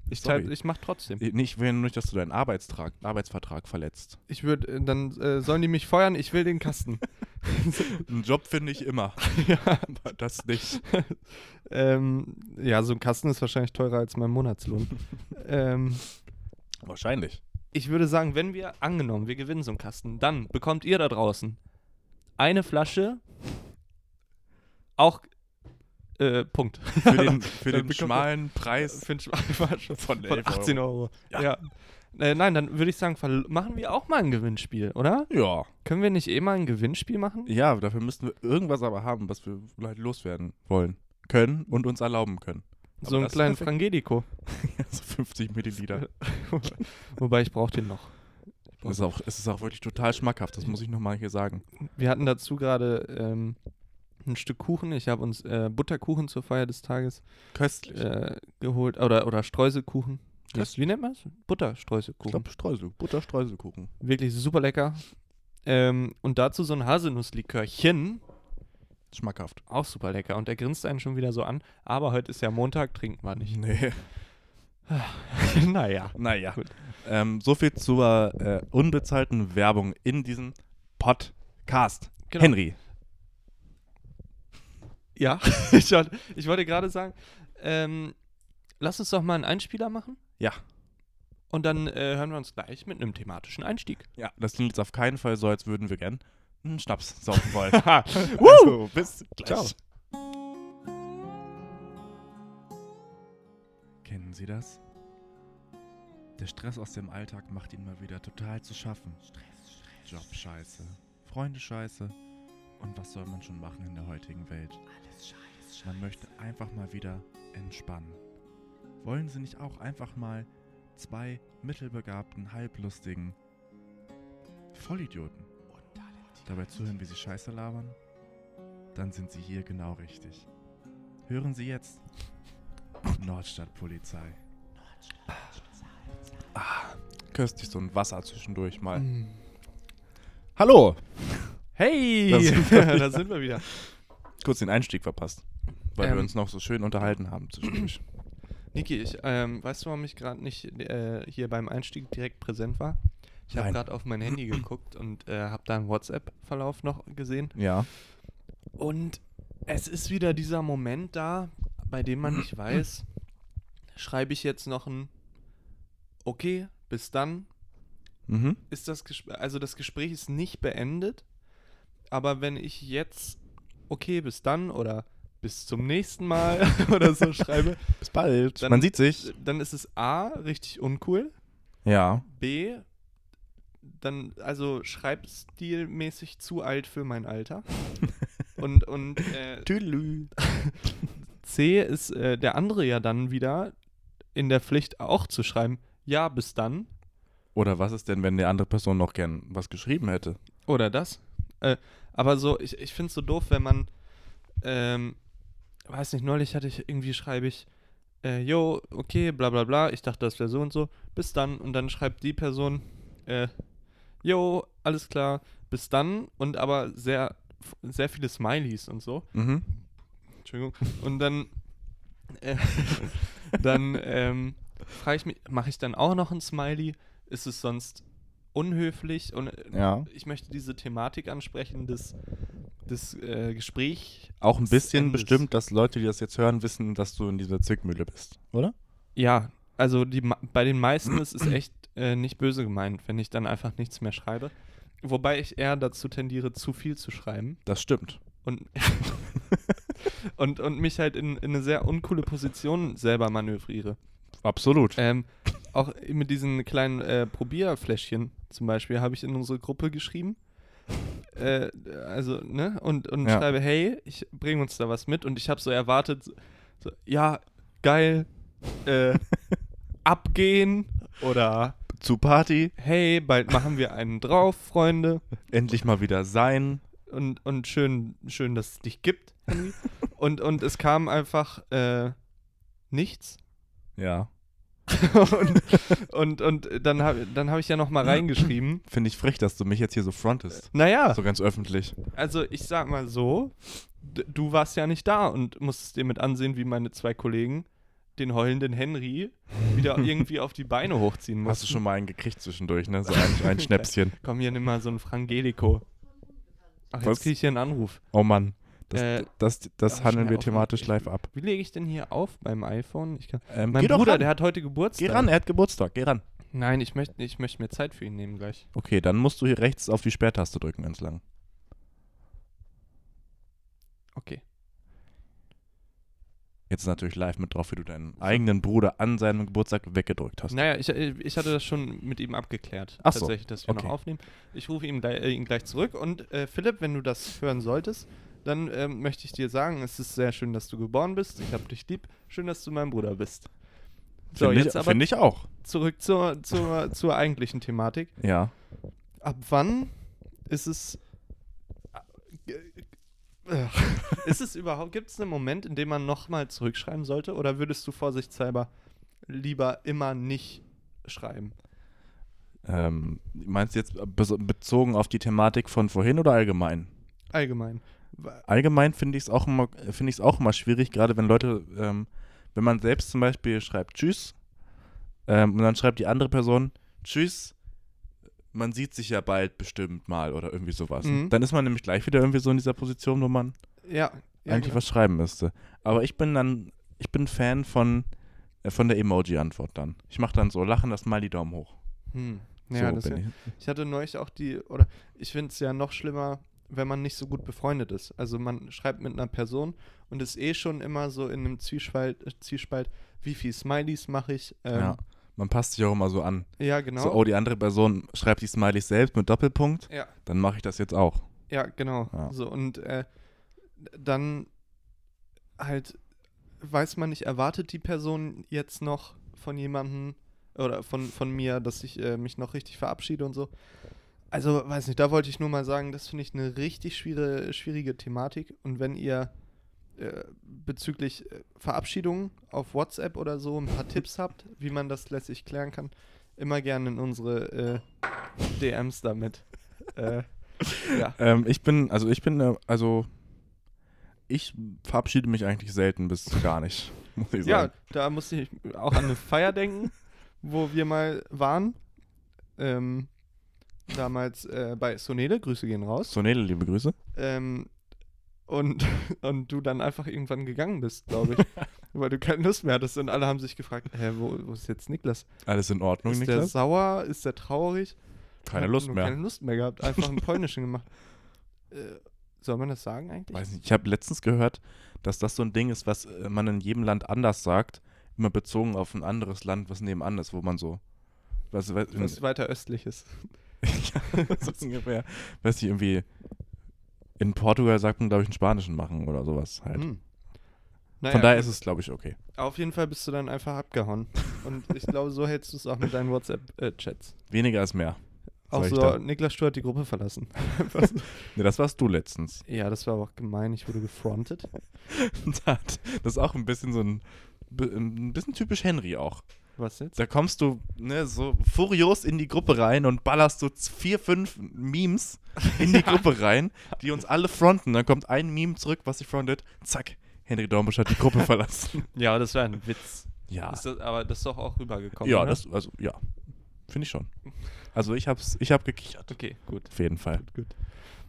S2: Ich,
S3: Sorry.
S2: teil- ich mach trotzdem.
S3: Ich- Nicht, wenn nicht, dass du deinen Arbeitstrag, Arbeitsvertrag verletzt.
S2: Ich würde, dann äh, sollen die mich feuern, ich will den Kasten.
S3: Einen Job finde ich immer,
S2: ja.
S3: aber das nicht.
S2: Ähm, ja, so ein Kasten ist wahrscheinlich teurer als mein Monatslohn. ähm,
S3: Wahrscheinlich.
S2: ich würde sagen, wenn wir, angenommen, wir gewinnen so einen Kasten, dann bekommt ihr da draußen eine Flasche, auch äh, Punkt.
S3: Für den, für
S2: Dann
S3: den
S2: bekommt
S3: schmalen Preis
S2: Für einen Schwarzmarkt
S3: von,
S2: von 18 Euro. Ja.
S3: Ja.
S2: Äh, nein, dann würde ich sagen, verl- machen wir auch mal ein Gewinnspiel, oder?
S3: Ja.
S2: Können wir nicht eh mal ein Gewinnspiel machen?
S3: Ja, dafür müssten wir irgendwas aber haben, was wir halt loswerden wollen. Können und uns erlauben können.
S2: So einen
S3: das ist
S2: kleinen
S3: perfekt.
S2: Frangelico.
S3: Also 50 Milliliter.
S2: Wobei ich brauche den noch.
S3: Es ist, auch, es ist auch wirklich total schmackhaft, das muss ich nochmal hier sagen.
S2: Wir hatten dazu gerade ähm, ein Stück Kuchen. Ich habe uns äh, Butterkuchen zur Feier des Tages
S3: Köstlich.
S2: äh, geholt. Oder, oder Streuselkuchen. Wie-
S3: Das-
S2: Wie nennt man das?
S3: ich
S2: Butterstreuselkuchen.
S3: glaube, Streusel, Butterstreuselkuchen.
S2: Wirklich super lecker. Ähm, und dazu so ein Haselnusslikörchen.
S3: Schmackhaft.
S2: Auch super lecker. Und er grinst einen schon wieder so an. Aber heute ist ja Montag, trinken wir nicht.
S3: Nee.
S2: naja.
S3: Naja.
S2: Gut.
S3: Ähm, so viel zur äh, unbezahlten Werbung in diesem Podcast.
S2: Genau.
S3: Henry.
S2: Ja, ich, wollte- ich wollte gerade sagen, ähm, lass uns doch mal einen Einspieler machen.
S3: Ja.
S2: Und dann äh, hören wir uns gleich mit einem thematischen Einstieg.
S3: Ja, das klingt jetzt auf keinen Fall so, als würden wir gern einen Schnaps saufen wollen.
S2: Woo!
S3: also, bis gleich.
S2: Ciao.
S3: Kennen Sie das? Der Stress aus dem Alltag macht ihn mal wieder total zu schaffen. Stress, Stress. Job scheiße, Freunde scheiße. Und was soll man schon machen in der heutigen Welt? Alles scheiße. Man möchte einfach mal wieder entspannen. Wollen Sie nicht auch einfach mal zwei mittelbegabten, halblustigen Vollidioten dabei zuhören, wie sie Scheiße labern? Dann sind Sie hier genau richtig. Hören Sie jetzt Nordstadtpolizei. Ah, köstlich so ein Wasser zwischendurch mal. Mhm. Hallo!
S2: Hey!
S3: Da sind
S2: Da sind,
S3: wir wieder.
S2: wir wieder.
S3: Kurz den Einstieg verpasst, weil
S2: Ähm.
S3: wir uns noch so schön unterhalten haben zwischendurch.
S2: Niki, ich, ähm, weißt du, warum ich gerade nicht äh, hier beim Einstieg direkt präsent war? Ich habe
S3: Nein.
S2: gerade auf mein Handy geguckt und äh, habe da einen WhatsApp-Verlauf noch gesehen.
S3: ja.
S2: Und es ist wieder dieser Moment da, bei dem man nicht weiß, schreibe ich jetzt noch ein Okay, bis dann,
S3: Mhm.
S2: ist das Gespräch, also das Gespräch ist nicht beendet, aber wenn ich jetzt okay, bis dann oder bis zum nächsten Mal oder so schreibe,
S3: Bis bald.
S2: Dann-
S3: Man sieht sich.
S2: dann ist es A, richtig uncool,
S3: Ja.
S2: B, dann, also schreibstilmäßig zu alt für mein Alter und, und äh,
S3: Tüdelü.
S2: C ist äh, der andere ja dann wieder in der Pflicht auch zu schreiben, ja, bis dann
S3: Oder was ist denn, wenn die andere Person noch gern was geschrieben hätte?
S2: Oder das. Äh, aber so, ich, ich finde es so doof, wenn man, ähm, weiß nicht, neulich hatte ich irgendwie, schreibe ich, äh, yo, okay, bla bla bla, ich dachte, das wäre so und so, bis dann. Und dann schreibt die Person, äh, yo, alles klar, bis dann. Und aber sehr, sehr viele Smileys und so.
S3: Mhm.
S2: Entschuldigung. Und dann, äh, dann ähm, frage ich mich, mache ich dann auch noch ein Smiley? Ist es sonst unhöflich? Und äh,
S3: Ja.
S2: ich möchte diese Thematik ansprechen, des, des äh, Gespräch.
S3: Auch ein
S2: des
S3: bisschen
S2: Endes.
S3: bestimmt, dass Leute, die das jetzt hören, wissen, dass du in dieser Zwickmühle bist, oder?
S2: Ja, also die, ma- bei den meisten ist es echt äh, nicht böse gemeint, wenn ich dann einfach nichts mehr schreibe. Wobei ich eher dazu tendiere, zu viel zu schreiben.
S3: Das stimmt.
S2: und, und, und mich halt in, in eine sehr uncoole Position selber manövriere.
S3: Absolut.
S2: Ähm, auch äh, mit diesen kleinen äh, Probierfläschchen zum Beispiel habe ich in unsere Gruppe geschrieben. äh, also, ne, und, und
S3: Ja.
S2: schreibe, hey, ich bringe uns da was mit und ich habe so erwartet, so, so, ja, geil, äh, abgehen oder
S3: Zu Party,
S2: hey, bald machen wir einen drauf, Freunde
S3: endlich mal wieder sein.
S2: und, und schön, schön, dass es dich gibt, Henry. und, und es kam einfach äh, nichts.
S3: Ja.
S2: und, und, und dann habe dann hab ich ja noch mal reingeschrieben.
S3: Finde ich frech, dass du mich jetzt hier so frontest.
S2: Naja,
S3: So ganz öffentlich.
S2: also ich sag mal so, d- du warst ja nicht da und musstest dir mit ansehen, wie meine zwei Kollegen den heulenden Henry wieder irgendwie auf die Beine hochziehen mussten.
S3: Hast du schon mal einen gekriegt zwischendurch, ne? So ein, ein Schnäpschen.
S2: Komm, hier nimm mal so ein Frangelico. Ach,
S3: Was?
S2: jetzt kriege ich hier einen Anruf.
S3: Oh Mann. Das,
S2: Äh,
S3: das, das,
S2: darf ich
S3: handeln
S2: schnell
S3: wir
S2: aufmachen?
S3: thematisch live ab.
S2: Wie lege ich denn hier auf beim iPhone? Ich kann,
S3: Ähm,
S2: mein
S3: geh doch
S2: Bruder,
S3: ran.
S2: der hat heute Geburtstag.
S3: Geh ran, er hat Geburtstag, geh ran.
S2: Nein, ich möchte ich möchte mir Zeit für ihn nehmen gleich.
S3: Okay, dann musst du hier rechts auf die Sperrtaste drücken, ganz lang.
S2: Okay.
S3: Jetzt natürlich live mit drauf, wie du deinen eigenen Bruder an seinem Geburtstag weggedrückt hast.
S2: Naja, ich, äh, ich hatte das schon mit ihm abgeklärt,
S3: Ach so,
S2: tatsächlich, dass wir
S3: okay.
S2: noch aufnehmen. Ich rufe ihm gleich, äh, ihn gleich zurück und äh, Philipp, wenn du das hören solltest, dann ähm, möchte ich dir sagen, es ist sehr schön, dass du geboren bist. Ich habe dich lieb. Schön, dass du mein Bruder bist. So,
S3: Finde
S2: jetzt
S3: ich,
S2: aber
S3: find ich auch.
S2: zurück zur, zur, zur eigentlichen Thematik.
S3: Ja.
S2: Ab wann ist es. äh, Ist es überhaupt, gibt es einen Moment, in dem man nochmal zurückschreiben sollte? Oder würdest du vorsichtshalber lieber immer nicht schreiben?
S3: Ähm, meinst du jetzt bes- bezogen auf die Thematik von vorhin oder allgemein?
S2: Allgemein. Wa-
S3: Allgemein finde ich es auch, immer- finde ich's auch immer schwierig, gerade wenn Leute, ähm, wenn man selbst zum Beispiel schreibt Tschüss ähm, und dann schreibt die andere Person Tschüss, man sieht sich ja bald bestimmt mal oder irgendwie sowas.
S2: Mhm.
S3: Dann ist man nämlich gleich wieder irgendwie so in dieser Position, wo man
S2: Ja. ja genau.
S3: eigentlich was schreiben müsste. Aber ich bin dann, ich bin Fan von, äh, von der Emoji-Antwort dann. Ich mache dann so lachen, das mal die Daumen hoch.
S2: genau. Hm. Ja,
S3: so
S2: das
S3: bin
S2: ja.
S3: ich.
S2: Ich hatte neulich auch die, oder ich finde es ja noch schlimmer, wenn man nicht so gut befreundet ist. Also man schreibt mit einer Person und ist eh schon immer so in einem Zwiespalt, äh, Zwiespalt wie viel Smileys mache ich. Ähm,
S3: ja.
S2: ja.
S3: Man passt sich auch immer so an.
S2: genau.
S3: So, oh, die andere Person schreibt die Smileys selbst mit Doppelpunkt,
S2: ja.
S3: dann mache ich das jetzt auch.
S2: Ja, genau.
S3: Ja.
S2: So, und äh, dann halt weiß man nicht, erwartet die Person jetzt noch von jemandem oder von, von mir, dass ich äh, mich noch richtig verabschiede und so. Also, weiß nicht, da wollte ich nur mal sagen, das finde ich eine richtig schwierige, schwierige Thematik. Und wenn ihr äh, bezüglich äh, Verabschiedungen auf WhatsApp oder so ein paar Tipps habt, wie man das lässig klären kann, immer gerne in unsere äh, DMs damit. äh, ja.
S3: Ähm, ich bin, also ich bin, äh, also ich verabschiede mich eigentlich selten bis gar nicht, muss ich
S2: Ja,
S3: sagen.
S2: da musste ich auch an eine Feier denken, wo wir mal waren. Ähm, damals äh, bei Sonele, Grüße gehen raus.
S3: Sonele, liebe Grüße.
S2: Ähm, und, und du dann einfach irgendwann gegangen bist, glaube ich. weil du keine Lust mehr hattest und alle haben sich gefragt, hä, wo, wo ist jetzt Niklas?
S3: Alles in Ordnung,
S2: Ist der
S3: Niklas?
S2: sauer? Ist der traurig?
S3: Keine
S2: Hab
S3: Lust
S2: nur
S3: mehr.
S2: Keine Lust mehr gehabt, einfach einen polnischen gemacht. Äh, soll man das sagen eigentlich?
S3: Weiß nicht, ich habe letztens gehört, dass das so ein Ding ist, was äh, man in jedem Land anders sagt, immer bezogen auf ein anderes Land, was nebenan ist, wo man so. Was, was,
S2: Was weiter östlich ist.
S3: so ungefähr. Weiß ich, irgendwie. In Portugal sagt man, glaube ich, einen Spanischen machen oder sowas halt.
S2: Hm. Naja,
S3: Von daher ist es, glaube ich, okay.
S2: Auf jeden Fall bist du dann einfach abgehauen. Und ich glaube, so hältst du es auch mit deinen WhatsApp-Chats.
S3: Weniger ist mehr.
S2: Auch
S3: Soll ich
S2: so,
S3: da-
S2: Niklas Stuhl hat die Gruppe verlassen.
S3: Nee, das warst du letztens.
S2: ja, das war aber auch gemein. Ich wurde gefrontet.
S3: Da hat- das ist auch ein bisschen so ein, bi- ein bisschen typisch Henry auch.
S2: Was jetzt?
S3: Da kommst du ne, so furios in die Gruppe rein und ballerst so z- vier, fünf Memes in die Gruppe rein, die uns alle fronten. Dann kommt ein Meme zurück, was sie frontet. Zack, Henry Dornbusch hat die Gruppe verlassen.
S2: Ja, das war ein Witz.
S3: Ja,
S2: Ist das, aber das ist doch auch rübergekommen. ne?
S3: ja,
S2: oder?
S3: das, also, ja, finde ich schon. Also ich hab's, ich hab gekichert.
S2: Okay, gut.
S3: Auf jeden Fall.
S2: Gut, gut.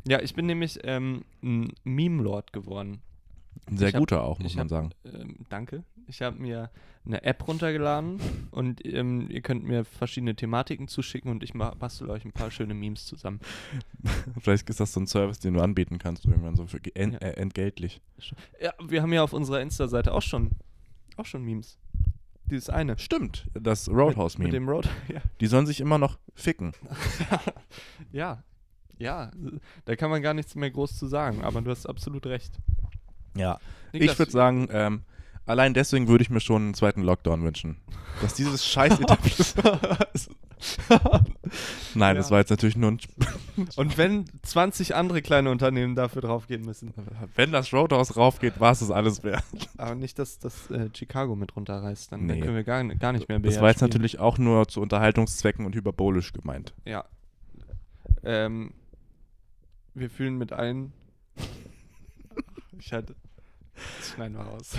S2: Ja, ich bin nämlich ähm, ein Meme-Lord geworden.
S3: Ein sehr
S2: Ich hab-
S3: guter auch, muss
S2: ich
S3: man
S2: hab-
S3: sagen.
S2: Ähm, danke. Ich habe mir eine App runtergeladen und ähm, ihr könnt mir verschiedene Thematiken zuschicken und ich ma- bastel euch ein paar schöne Memes zusammen.
S3: Vielleicht ist das so ein Service, den du anbieten kannst, irgendwann so für ge- en
S2: Ja.
S3: äh, entgeltlich.
S2: Ja, wir haben ja auf unserer Insta-Seite auch schon, auch schon Memes. Dieses eine.
S3: Stimmt, das
S2: Mit
S3: Roadhouse-Meme.
S2: dem Road. Ja.
S3: Die sollen sich immer noch ficken.
S2: ja. Ja, da kann man gar nichts mehr groß zu sagen, aber du hast absolut recht.
S3: Ja.
S2: Niklas,
S3: ich würde sagen, ähm, allein deswegen würde ich mir schon einen zweiten Lockdown wünschen. Dass dieses scheiß Nein, das
S2: Ja.
S3: war jetzt natürlich nur ein. Sp-
S2: Und wenn 20 andere kleine Unternehmen dafür draufgehen müssen,
S3: Wenn das Roadhouse raufgeht, war es das alles wert.
S2: aber nicht, dass das äh, Chicago mit runterreißt, dann, dann
S3: Nee.
S2: können wir gar, gar nicht mehr
S3: Das
S2: BR
S3: war jetzt
S2: spielen.
S3: natürlich auch nur zu Unterhaltungszwecken und hyperbolisch gemeint.
S2: Ja. Ähm, wir fühlen mit allen. Ich hatte. Das schneiden wir raus.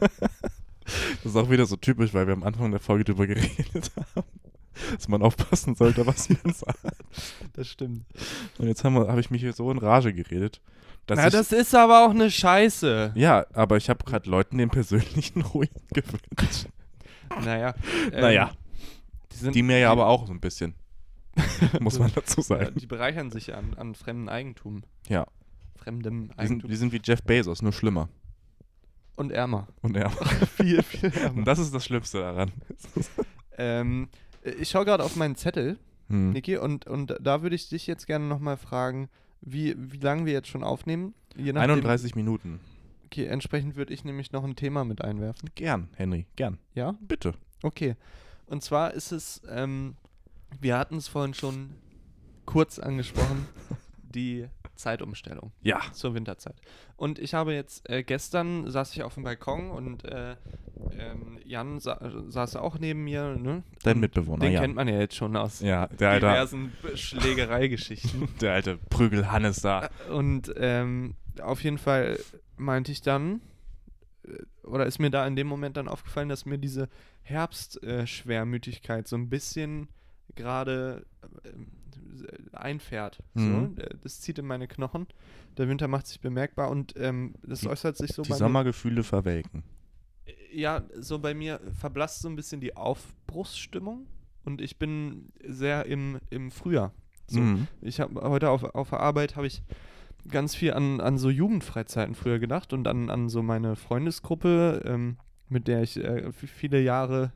S3: Das ist auch wieder so typisch, weil wir am Anfang der Folge drüber geredet haben, dass man aufpassen sollte, was man sagt.
S2: Das stimmt.
S3: Und jetzt habe hab ich mich hier so in Rage geredet, dass
S2: Na,
S3: ich
S2: das ist aber auch eine Scheiße.
S3: Ja, aber ich habe gerade Leuten den persönlichen Ruin gewünscht.
S2: Naja. ähm,
S3: Naja.
S2: Die, sind,
S3: Die mir ja aber auch so ein bisschen, muss man dazu
S2: ja,
S3: sagen.
S2: die bereichern sich an, an fremdem Eigentum.
S3: Ja,
S2: Fremdem
S3: die sind,
S2: Eigentum.
S3: die sind wie Jeff Bezos, nur schlimmer.
S2: Und ärmer.
S3: Und er.
S2: viel, viel
S3: Und das ist das Schlimmste daran.
S2: Ähm, ich schaue gerade auf meinen Zettel,
S3: Hm.
S2: Niki, und, und da würde ich dich jetzt gerne nochmal fragen, wie, wie lange wir jetzt schon aufnehmen. Je nachdem-
S3: 31 Minuten.
S2: Okay, entsprechend würde ich nämlich noch ein Thema mit einwerfen.
S3: Gern, Henry, gern.
S2: Ja?
S3: Bitte.
S2: Okay. Und zwar ist es, ähm, wir hatten es vorhin schon kurz angesprochen, die Zeitumstellung
S3: Ja.
S2: zur Winterzeit. Und ich habe jetzt, äh, gestern saß ich auf dem Balkon und äh, ähm, Jan sa saß auch neben mir, ne?
S3: Dein
S2: Und
S3: Mitbewohner,
S2: Den
S3: ja.
S2: kennt man ja jetzt schon aus
S3: Ja, der alte,
S2: diversen Schlägereigeschichten.
S3: der alte Prügel Hannes da.
S2: Und ähm, auf jeden Fall meinte ich dann, äh, oder ist mir da in dem Moment dann aufgefallen, dass mir diese Herbstschwermütigkeit so ein bisschen gerade äh, einfährt.
S3: Mhm.
S2: So, äh, das zieht in meine Knochen. Der Winter macht sich bemerkbar und ähm, das
S3: Die-
S2: äußert sich so
S3: Die
S2: bei
S3: Sommergefühle verwelken.
S2: mir. Ja, so bei mir verblasst so ein bisschen die Aufbruchsstimmung und ich bin sehr im, im Frühjahr. So,
S3: Mhm.
S2: ich habe heute auf, auf der Arbeit habe ich ganz viel an, an so Jugendfreizeiten früher gedacht und an, an so meine Freundesgruppe, ähm, mit der ich äh, f- viele Jahre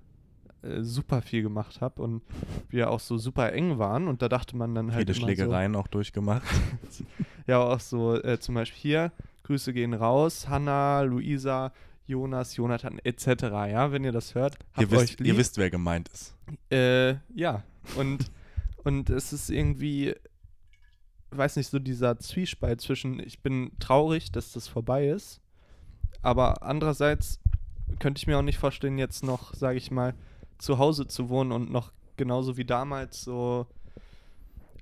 S2: äh, super viel gemacht habe und wir auch so super eng waren und da dachte man dann halt
S3: Viele
S2: immer
S3: Schlägereien auch durchgemacht.
S2: So, ja auch so äh, zum Beispiel hier Grüße gehen raus Hanna Luisa Jonas Jonathan etc ja wenn ihr das hört
S3: Ihr
S2: habt euch
S3: wisst, ihr
S2: lieb.
S3: wisst, wer gemeint ist.
S2: Äh, ja. Und, und es ist irgendwie, weiß nicht, so dieser Zwiespalt zwischen, ich bin traurig, dass das vorbei ist, aber andererseits könnte ich mir auch nicht vorstellen, jetzt noch, sage ich mal, zu Hause zu wohnen und noch genauso wie damals so,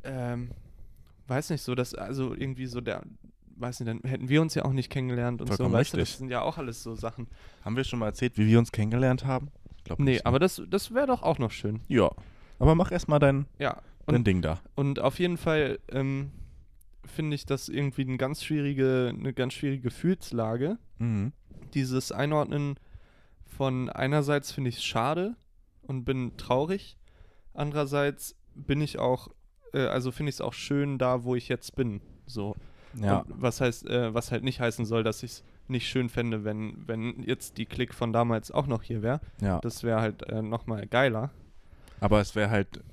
S2: ähm, weiß nicht, so, dass, also irgendwie so der, weiß nicht, dann hätten wir uns ja auch nicht kennengelernt und
S3: Vollkommen
S2: so, weißt du,
S3: richtig.
S2: das sind ja auch alles so Sachen.
S3: Haben wir schon mal erzählt, wie wir uns kennengelernt haben? Glaub
S2: Nee,
S3: nicht, ne?
S2: aber das, das wäre doch auch noch schön.
S3: Ja. Aber mach erstmal dein,
S2: Ja. Und
S3: dein Ding da.
S2: Und auf jeden Fall ähm, finde ich das irgendwie eine ganz schwierige, eine ganz schwierige Gefühlslage.
S3: Mhm.
S2: Dieses Einordnen von einerseits finde ich es schade und bin traurig. Andererseits bin ich auch, äh, also finde ich es auch schön da, wo ich jetzt bin. So.
S3: Ja.
S2: Und was heißt, äh, was halt nicht heißen soll, dass ich es nicht schön fände, wenn, wenn jetzt die Klick von damals auch noch hier wäre.
S3: ja.
S2: Das wäre halt äh, nochmal geiler.
S3: Aber es wäre halt.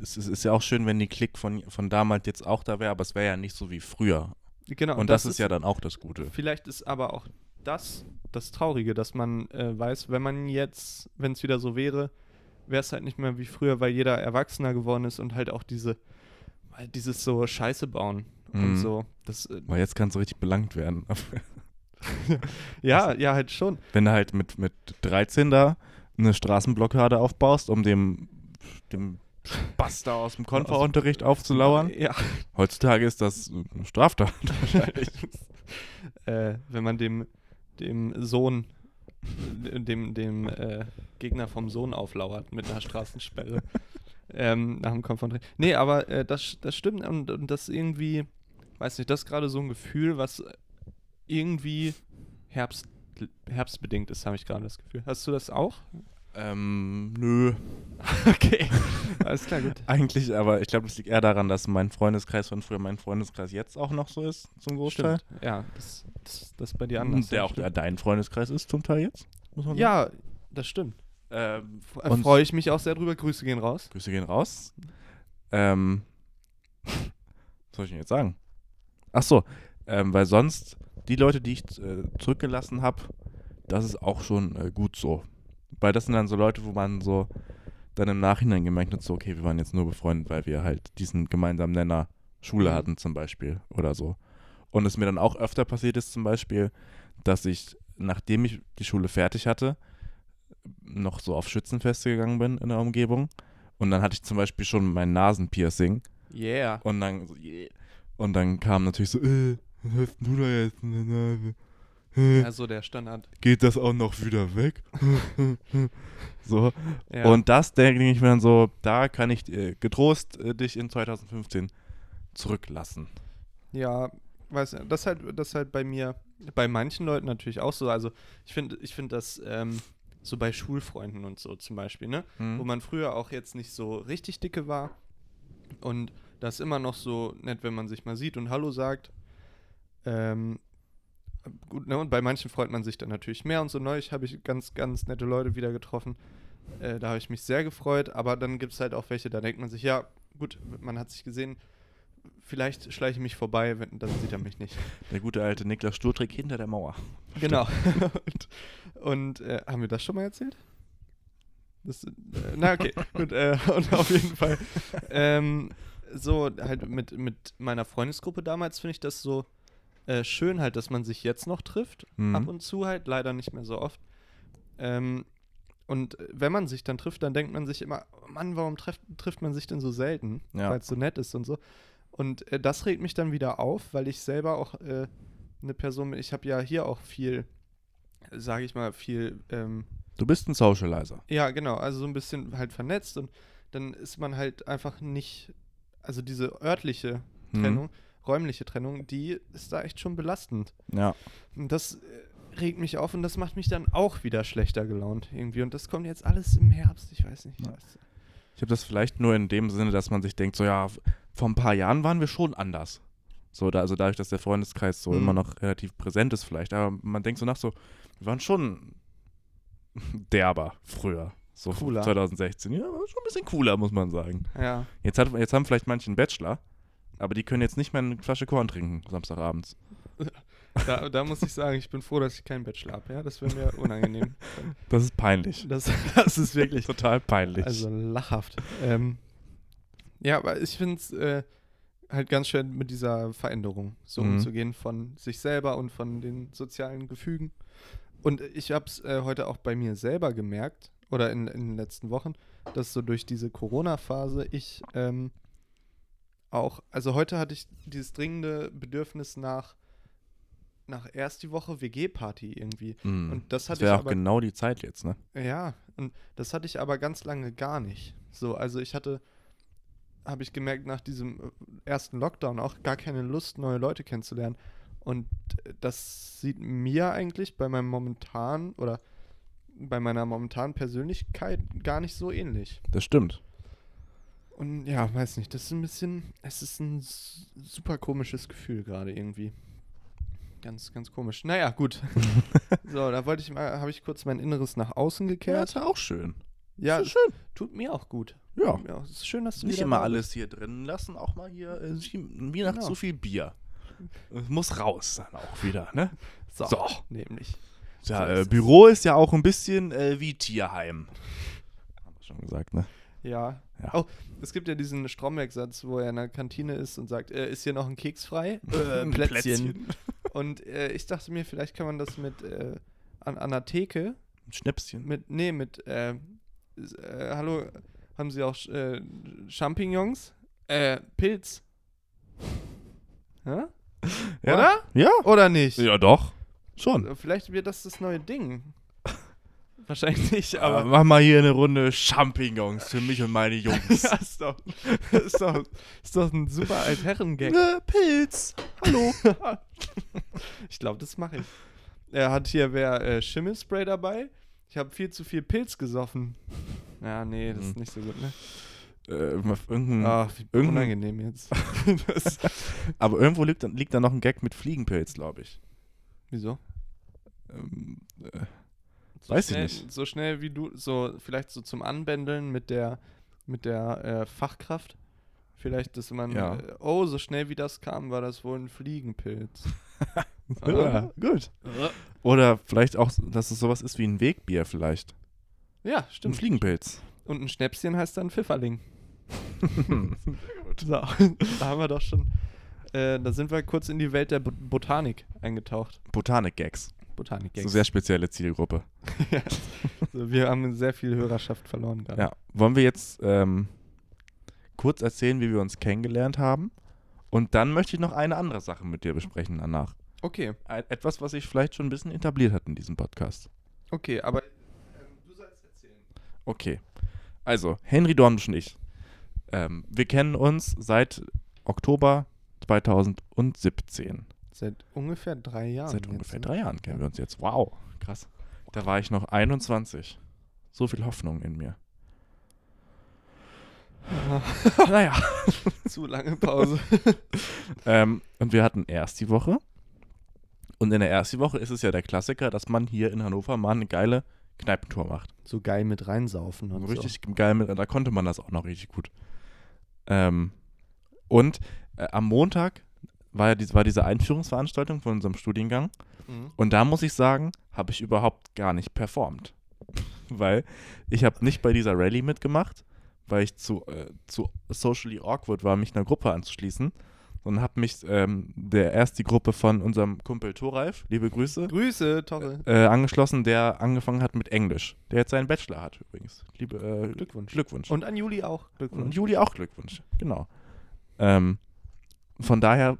S3: Es ist, ist ja auch schön, wenn die Klick von, von damals jetzt auch da wäre, aber es wäre ja nicht so wie früher.
S2: Genau.
S3: Und, das, ist ja dann auch das Gute.
S2: Vielleicht ist aber auch das das Traurige, dass man äh, weiß, wenn man jetzt, wenn es wieder so wäre, wäre es halt nicht mehr wie früher, weil jeder erwachsener geworden ist und halt auch diese, halt dieses so Scheiße bauen und
S3: Mhm.
S2: so. Das, äh,
S3: Weil jetzt kann es richtig belangt werden.
S2: ja, ja, halt schon.
S3: wenn du halt mit, mit 13 da eine Straßenblockade aufbaust, um dem, dem Buster aus dem Konferunterricht aufzulauern.
S2: Ja,
S3: Heutzutage ist das eine Straftat wahrscheinlich.
S2: äh, wenn man dem, dem Sohn, dem, dem äh, Gegner vom Sohn auflauert mit einer Straßensperre ähm, nach dem Konfrontieren. Nee, aber äh, das, das stimmt und, und das irgendwie, weiß nicht, das ist gerade so ein Gefühl, was irgendwie Herbst, herbstbedingt ist, habe ich gerade das Gefühl. Hast du das auch?
S3: ähm, nö.
S2: Okay. Alles klar, gut.
S3: Eigentlich, aber ich glaube, das liegt eher daran, dass mein Freundeskreis von früher mein Freundeskreis jetzt auch noch so ist, zum Großteil.
S2: Stimmt. Ja, das, das, das ist bei dir anders.
S3: Der
S2: ja,
S3: auch
S2: stimmt.
S3: der, dein Freundeskreis ist zum Teil jetzt. Muss man
S2: ja, das stimmt.
S3: sagen. Ähm,
S2: F- äh,
S3: Und-
S2: Freue ich mich auch sehr drüber. Grüße gehen raus.
S3: Grüße gehen raus. Ähm, Was soll ich denn jetzt sagen? Ach so, ähm, weil sonst die Leute, die ich äh, zurückgelassen habe, das ist auch schon äh, gut so. Weil das sind dann so Leute, wo man so dann im Nachhinein gemerkt hat, so, okay, wir waren jetzt nur befreundet, weil wir halt diesen gemeinsamen Nenner Schule
S2: Mhm.
S3: hatten zum Beispiel oder so. Und es mir dann auch öfter passiert ist zum Beispiel, dass ich, nachdem ich die Schule fertig hatte, noch so auf Schützenfeste gegangen bin in der Umgebung. Und dann hatte ich zum Beispiel schon mein Nasenpiercing.
S2: Yeah.
S3: Und dann so, yeah. Und dann kam natürlich so, äh, was hast denn du da jetzt in der Nase? Äh,
S2: Also der Standard.
S3: geht das auch noch wieder weg? so.
S2: Ja.
S3: Und das denke ich mir dann so, da kann ich äh, getrost äh, dich in 2015 zurücklassen.
S2: Ja, weiß nicht, das ist halt, das ist halt bei mir, bei manchen Leuten natürlich auch so. Also ich finde, ich finde das ähm, so bei Schulfreunden und so zum Beispiel, ne?
S3: Hm? Mhm.
S2: Wo man früher auch jetzt nicht so richtig dicke war. Und das ist immer noch so nett, wenn man sich mal sieht und Hallo sagt. Ähm, gut, ne? Und bei manchen freut man sich dann natürlich mehr und so neu. Ich habe ich ganz, ganz nette Leute wieder getroffen. Äh, da habe ich mich sehr gefreut, aber dann gibt es halt auch welche, da denkt man sich, ja, gut, man hat sich gesehen, vielleicht schleiche ich mich vorbei, wenn, dann sieht er mich nicht.
S3: Der gute alte Niklas Sturtrick hinter der Mauer.
S2: Genau. und und äh, haben wir das schon mal erzählt? Das, äh, na, okay. Gut, äh, und auf jeden Fall. Ähm, so, halt mit, mit meiner Freundesgruppe damals finde ich das so äh, schön, halt, dass man sich jetzt noch trifft.
S3: Mhm.
S2: Ab und zu halt, leider nicht mehr so oft. Ähm, und äh, wenn man sich dann trifft, dann denkt man sich immer, "Oh Mann, warum treff, trifft man sich denn so selten?
S3: Ja.
S2: Weil es so nett ist und so. Und äh, das regt mich dann wieder auf, weil ich selber auch äh, eine Person bin. Ich habe ja hier auch viel, sage ich mal, viel, ähm,
S3: Du bist ein Socializer.
S2: ja, genau, also so ein bisschen halt vernetzt und dann ist man halt einfach nicht, also diese örtliche
S3: Mhm.
S2: Trennung, räumliche Trennung, die ist da echt schon belastend.
S3: Ja.
S2: Und das äh, regt mich auf und das macht mich dann auch wieder schlechter gelaunt irgendwie. Und das kommt jetzt alles im Herbst, ich weiß nicht.
S3: Ja. Ich habe das vielleicht nur in dem Sinne, dass man sich denkt, so ja, vor ein paar Jahren waren wir schon anders. So, da, also dadurch, dass der Freundeskreis so
S2: Mhm.
S3: immer noch relativ präsent ist vielleicht. Aber man denkt so nach so, wir waren schon derber früher. So
S2: Cooler.
S3: 2016. Ja, war schon ein bisschen cooler, muss man sagen.
S2: Ja,
S3: Jetzt, hat, jetzt haben vielleicht manche einen Bachelor, aber die können jetzt nicht mehr eine Flasche Korn trinken Samstagabends.
S2: da, da muss ich sagen, ich bin froh, dass ich keinen Bachelor habe. Ja, das wäre mir unangenehm.
S3: Das ist peinlich.
S2: Das, das ist wirklich
S3: Total peinlich.
S2: also lachhaft. Ähm, ja, aber ich finde es äh, halt ganz schön mit dieser Veränderung so
S3: Mhm.
S2: umzugehen von sich selber und von den sozialen Gefügen. Und ich habe es äh, heute auch bei mir selber gemerkt oder in, in den letzten Wochen, dass so durch diese Corona-Phase ich ähm, auch, also heute hatte ich dieses dringende Bedürfnis nach, nach erst die Woche WG-Party irgendwie.
S3: Mhm.
S2: Und das
S3: das
S2: hatte ich
S3: wäre auch
S2: aber
S3: genau die Zeit jetzt, ne?
S2: ja, und das hatte ich aber ganz lange gar nicht. So, also ich hatte, habe ich gemerkt, nach diesem äh, ersten Lockdown auch gar keine Lust, neue Leute kennenzulernen. Und äh, das sieht mir eigentlich bei meinem momentan oder bei meiner momentanen Persönlichkeit gar nicht so ähnlich.
S3: Das stimmt.
S2: Und ja, weiß nicht, das ist ein bisschen, es ist ein s- super komisches Gefühl gerade irgendwie. Ganz, ganz komisch. Naja, gut. so, da wollte ich mal, habe ich kurz mein Inneres nach außen
S3: Ja,
S2: gekehrt.
S3: ist ja auch schön.
S2: Ja,
S3: ist ja schön.
S2: Tut mir auch gut.
S3: Ja.
S2: Tut mir auch- Es ist schön, dass du
S3: Nicht
S2: wieder
S3: immer
S2: da
S3: alles hier drin lassen, auch mal hier äh, wie wie nach
S2: Genau.
S3: zu viel Bier. Es muss raus dann auch wieder, ne?
S2: bist. So,
S3: So.
S2: nämlich.
S3: Ja,
S2: So ist
S3: äh,
S2: es.
S3: Büro ist ja auch ein bisschen äh, wie Tierheim. Haben wir schon gesagt, ne?
S2: Ja.
S3: Ja.
S2: Oh, es gibt ja diesen Stromberg-Satz, wo er in der Kantine ist und sagt, äh, ist hier noch ein Keks frei? Äh,
S3: Ein
S2: Plätzchen. Und äh, ich dachte mir, vielleicht kann man das mit äh, an, an der Theke,
S3: Ein Schnäpschen.
S2: mit, nee, mit, äh, s- äh, hallo, haben Sie auch äh, Champignons? Äh, Pilz. Ja?
S3: Ja.
S2: Oder?
S3: Ja.
S2: Oder nicht?
S3: Ja, doch. Äh, Schon.
S2: Vielleicht wird das das neue Ding. Wahrscheinlich nicht, aber.
S3: Aber Äh, mach mal hier eine Runde Champignons für mich und meine Jungs.
S2: Ja, ist doch, ist doch, ist doch ein super Altherren-Gag.
S3: Äh, Pilz. Hallo.
S2: Ich glaube, das mache ich. Er hat hier wer äh, Schimmelspray dabei. Ich habe viel zu viel Pilz gesoffen. Ja, nee, das ist
S3: Mhm.
S2: nicht so gut, ne?
S3: äh, irgendein,
S2: Ach, wie
S3: irgendein-
S2: unangenehm jetzt. das,
S3: Aber irgendwo liegt, dann- liegt da noch ein Gag mit Fliegenpilz, glaube ich.
S2: wieso?
S3: Ähm,
S2: So
S3: Weiß ich
S2: schnell,
S3: nicht.
S2: So schnell wie du, so vielleicht so zum Anbändeln mit der, mit der äh, Fachkraft. Vielleicht, dass man,
S3: Ja.
S2: äh, oh, so schnell wie das kam, war das wohl ein Fliegenpilz.
S3: Ah. Ja, gut. Oder vielleicht auch, dass es sowas ist wie ein Wegbier vielleicht.
S2: Ja,
S3: Ein
S2: stimmt.
S3: Fliegenpilz.
S2: Und ein Schnäpschen heißt dann Pfifferling. So, da haben wir doch schon, äh, da sind wir kurz in die Welt der Bo Botanik eingetaucht.
S3: Botanik-Gags.
S2: Botanik,
S3: So sehr spezielle Zielgruppe.
S2: ja. so, Wir haben sehr viel Hörerschaft verloren gerade.
S3: Ja. Wollen wir jetzt ähm, kurz erzählen, wie wir uns kennengelernt haben? Und dann möchte ich noch eine andere Sache mit dir besprechen danach.
S2: Okay,
S3: Ein- Etwas, was sich vielleicht schon ein bisschen etabliert hat in diesem Podcast.
S2: okay, aber du sollst erzählen.
S3: Okay. Also, Henry Dornbusch und ich. Ähm, wir kennen uns seit Oktober 2017.
S2: Seit ungefähr drei Jahren.
S3: Seit
S2: jetzt,
S3: ungefähr
S2: ne?
S3: drei Jahren kennen wir uns jetzt. Wow, krass. Da war ich noch 21. So viel Hoffnung in mir. naja.
S2: Zu lange Pause.
S3: Ähm, und wir hatten erst die Woche. Und in der ersten Woche ist es ja der Klassiker, dass man hier in Hannover mal eine geile Kneipentour macht.
S2: so geil mit reinsaufen und
S3: richtig geil mit, da konnte man das auch noch richtig gut. Ähm, und äh, am Montag war ja dies, war diese Einführungsveranstaltung von unserem Studiengang.
S2: so. Mhm.
S3: Und da muss ich sagen, habe ich überhaupt gar nicht performt. weil ich habe nicht bei dieser Rallye mitgemacht, weil ich zu, äh, zu socially awkward war, mich einer Gruppe anzuschließen. Und habe mich ähm, der erst die Gruppe von unserem Kumpel Thoralf, liebe Grüße,
S2: Grüße, Torre.
S3: äh, angeschlossen, der angefangen hat mit Englisch. Der jetzt seinen Bachelor hat übrigens. Liebe, äh,
S2: Glückwunsch.
S3: Glückwunsch.
S2: Und an Juli auch.
S3: Und, Juli auch Glückwunsch, genau. Ähm, von daher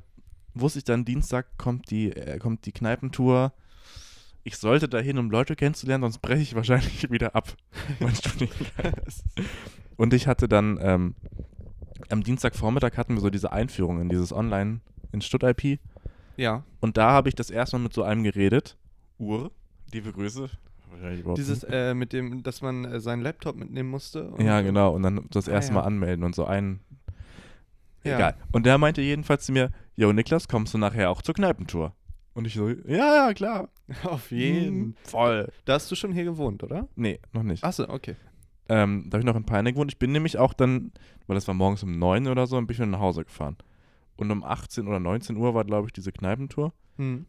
S3: wusste ich dann, Dienstag kommt die, äh, kommt die Kneipentour. Ich sollte dahin, um Leute kennenzulernen, sonst breche ich wahrscheinlich wieder ab. Mein Studiengang. Und ich hatte dann ähm, am Dienstagvormittag hatten wir so diese Einführung in dieses Online in Stutt-IP.
S2: Ja,
S3: Und da habe ich das erste Mal mit so einem geredet. Ur, liebe Grüße. Wahrscheinlich überhaupt
S2: dieses äh, mit dem, dass man äh, seinen Laptop mitnehmen musste. und-
S3: Ja, genau. Und dann das
S2: Ah,
S3: erste
S2: ja.
S3: Mal anmelden und so ein.
S2: Ja.
S3: Egal. Und der meinte jedenfalls zu mir: Jo, Niklas, kommst du nachher auch zur Kneipentour? Und ich so: Ja, ja, klar.
S2: Auf jeden.
S3: Mhm, Voll.
S2: Da hast du schon hier gewohnt, oder?
S3: Nee, noch nicht.
S2: Achso, okay.
S3: Ähm, da habe ich noch in Peine gewohnt. Ich bin nämlich auch dann, weil das war morgens um 9 oder so, und bin ich wieder nach Hause gefahren. Und um 18 oder 19 Uhr war, glaube ich, diese Kneipentour.
S2: Hm.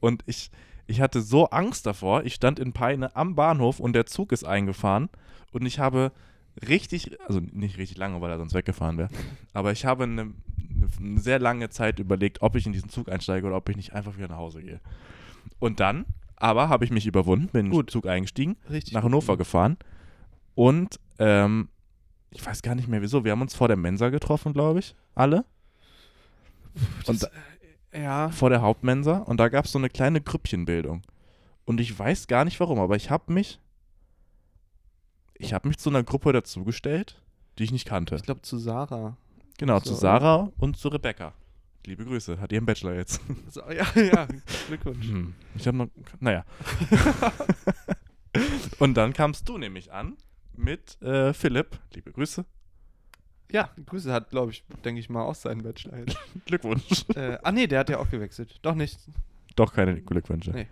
S3: Und ich, ich hatte so Angst davor. Ich stand in Peine am Bahnhof und der Zug ist eingefahren. Und ich habe richtig, also nicht richtig lange, weil er sonst weggefahren wäre, aber ich habe eine, eine sehr lange Zeit überlegt, ob ich in diesen Zug einsteige oder ob ich nicht einfach wieder nach Hause gehe. Und dann, aber habe ich mich überwunden, bin in den
S2: Gut.
S3: Zug eingestiegen,
S2: Richtig.
S3: nach Hannover
S2: gut.
S3: gefahren. Und ähm, ich weiß gar nicht mehr wieso. Wir haben uns vor der Mensa getroffen, glaube ich. Alle.
S2: Das, äh, ja.
S3: vor der Hauptmensa und da gab es so eine kleine Grüppchenbildung. Und ich weiß gar nicht warum, aber ich habe mich, ich habe mich zu einer Gruppe dazugestellt, die ich nicht kannte.
S2: Ich glaube zu Sarah.
S3: Genau,
S2: so,
S3: zu
S2: oder?
S3: Sarah und zu Rebecca. Liebe Grüße, hat ihren Bachelor jetzt.
S2: So, ja, ja. Glückwunsch.
S3: Hm, Ich habe noch, naja. und dann kamst du nämlich an mit äh, Philipp, liebe Grüße,
S2: Ja, Grüße hat, glaube ich, denke ich mal, auch seinen Bachelor. jetzt.
S3: Glückwunsch.
S2: äh, ah, nee, der hat ja auch gewechselt. Doch nicht.
S3: Doch keine Glückwünsche.
S2: Nee.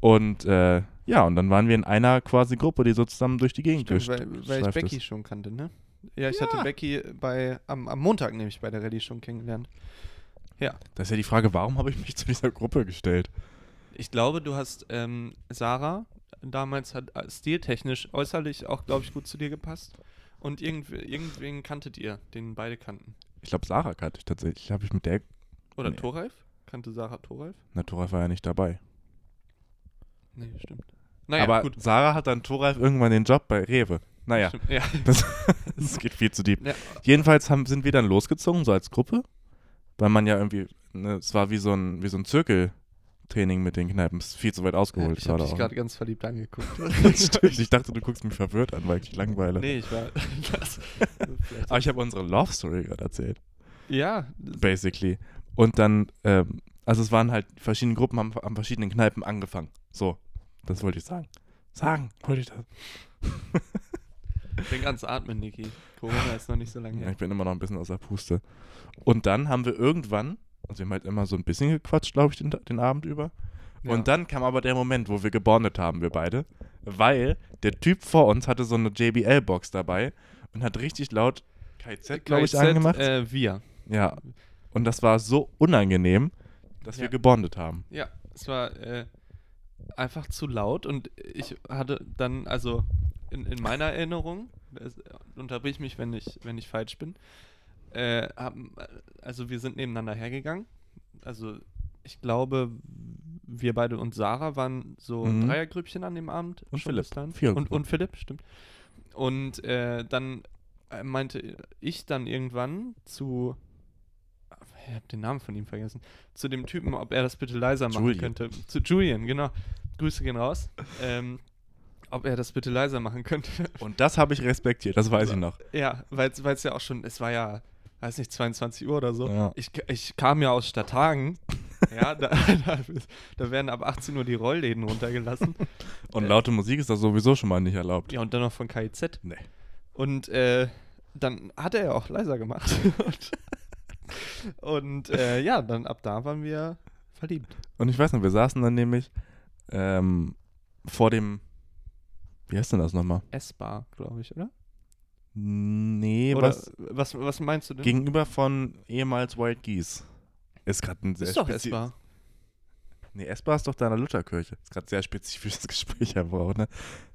S3: Und äh, ja, und dann waren wir in einer quasi Gruppe, die so zusammen durch die Gegend
S2: Stimmt,
S3: gesch-
S2: weil, weil ich
S3: geschleift
S2: Becky
S3: ist.
S2: schon kannte, ne? Ja, ich
S3: Ja.
S2: hatte Becky bei am, am Montag nämlich bei der Rallye schon kennengelernt. Ja.
S3: Das ist ja die Frage, warum habe ich mich zu dieser Gruppe gestellt?
S2: Ich glaube, du hast ähm, Sarah damals hat äh, stiltechnisch äußerlich auch, glaube ich, gut zu dir gepasst. Und irgendw irgendwen kanntet ihr, den beide kannten.
S3: Ich glaube, Sarah kannte ich tatsächlich. Habe ich mit der.
S2: Oder
S3: Nee.
S2: Thoralf? Kannte Sarah Thoralf?
S3: Naturalf war ja nicht dabei.
S2: Nee, stimmt. Naja,
S3: Aber
S2: gut.
S3: Sarah hat dann Thoralf irgendwann den Job bei Rewe. Naja,
S2: Stimmt, Ja.
S3: das, das geht viel zu deep.
S2: Ja.
S3: Jedenfalls haben, sind wir dann losgezogen, so als Gruppe. Weil man ja irgendwie. Ne, es war wie so ein, wie so ein Zirkeltraining mit den Kneipen. Ist viel zu weit ausgeholt.
S2: Ich habe
S3: gerade
S2: dich gerade ganz verliebt angeguckt.
S3: Stimmt, ich dachte, du guckst mich verwirrt an, weil ich dich langweile.
S2: nee, ich war. Das, vielleicht-
S3: Aber ich habe unsere Love Story gerade erzählt.
S2: ja, das-
S3: basically. Und dann, ähm, also es waren halt verschiedene Gruppen, haben an verschiedenen Kneipen angefangen. So, das wollte ich sagen. Sagen, wollte ich das.
S2: denk ans Atmen, Niki. Corona ist noch nicht so lange
S3: Ja,
S2: her.
S3: ich bin immer noch ein bisschen außer Puste. Und dann haben wir irgendwann, also wir haben halt immer so ein bisschen gequatscht, glaube ich, den, den Abend über.
S2: Ja.
S3: Und dann kam aber der Moment, wo wir gebondet haben, wir beide, weil der Typ vor uns hatte so eine JBL-Box dabei und hat richtig laut KZ, glaube ich, angemacht.
S2: Äh, wir.
S3: ja. Und das war so unangenehm, dass wir
S2: Ja.
S3: gebondet haben.
S2: Ja, es war äh, einfach zu laut und ich hatte dann, also in, in meiner Erinnerung, es- unterbrich mich, wenn ich, wenn ich falsch bin, äh, haben, also wir sind nebeneinander hergegangen. Also ich glaube, wir beide und Sarah waren so
S3: Mhm.
S2: ein Dreiergrüppchen an dem Abend.
S3: Und
S2: schon
S3: Philipp.
S2: bis Dann.
S3: Vierergruppe.
S2: Und, und Philipp, stimmt. Und äh, dann äh, meinte ich dann irgendwann zu, ah, ich habe den Namen von ihm vergessen, zu dem Typen, ob er das bitte leiser machen
S3: Julian.
S2: könnte. Zu Julian, genau. Grüße gehen raus. Ähm, ob er das bitte leiser machen könnte.
S3: Und das habe ich respektiert, das weiß ich noch.
S2: ja, weil es ja auch schon, es war ja, weiß nicht, 22 Uhr oder so.
S3: Ja.
S2: Ich, ich kam ja aus Stadthagen. ja, da, da, da werden ab 18 Uhr die Rollläden runtergelassen.
S3: Und
S2: Äh.
S3: laute Musik ist da sowieso schon mal nicht erlaubt.
S2: ja, und dann noch von KIZ.
S3: Nee.
S2: Und äh, dann hat er ja auch leiser gemacht. und und äh, ja, dann ab da waren wir verliebt.
S3: Und ich weiß noch, wir saßen dann nämlich ähm, vor dem, wie heißt denn das nochmal?
S2: Essbar, glaube ich, oder?
S3: Nee,
S2: oder
S3: was?
S2: was, was meinst du denn?
S3: Gegenüber von ehemals Wild Geese. Ist gerade ein sehr
S2: ist doch
S3: spezi-
S2: essbar.
S3: Nee, Esbar ist doch da in der Lutherkirche. Ist gerade sehr spezifisches Gespräch einfach, auch, ne?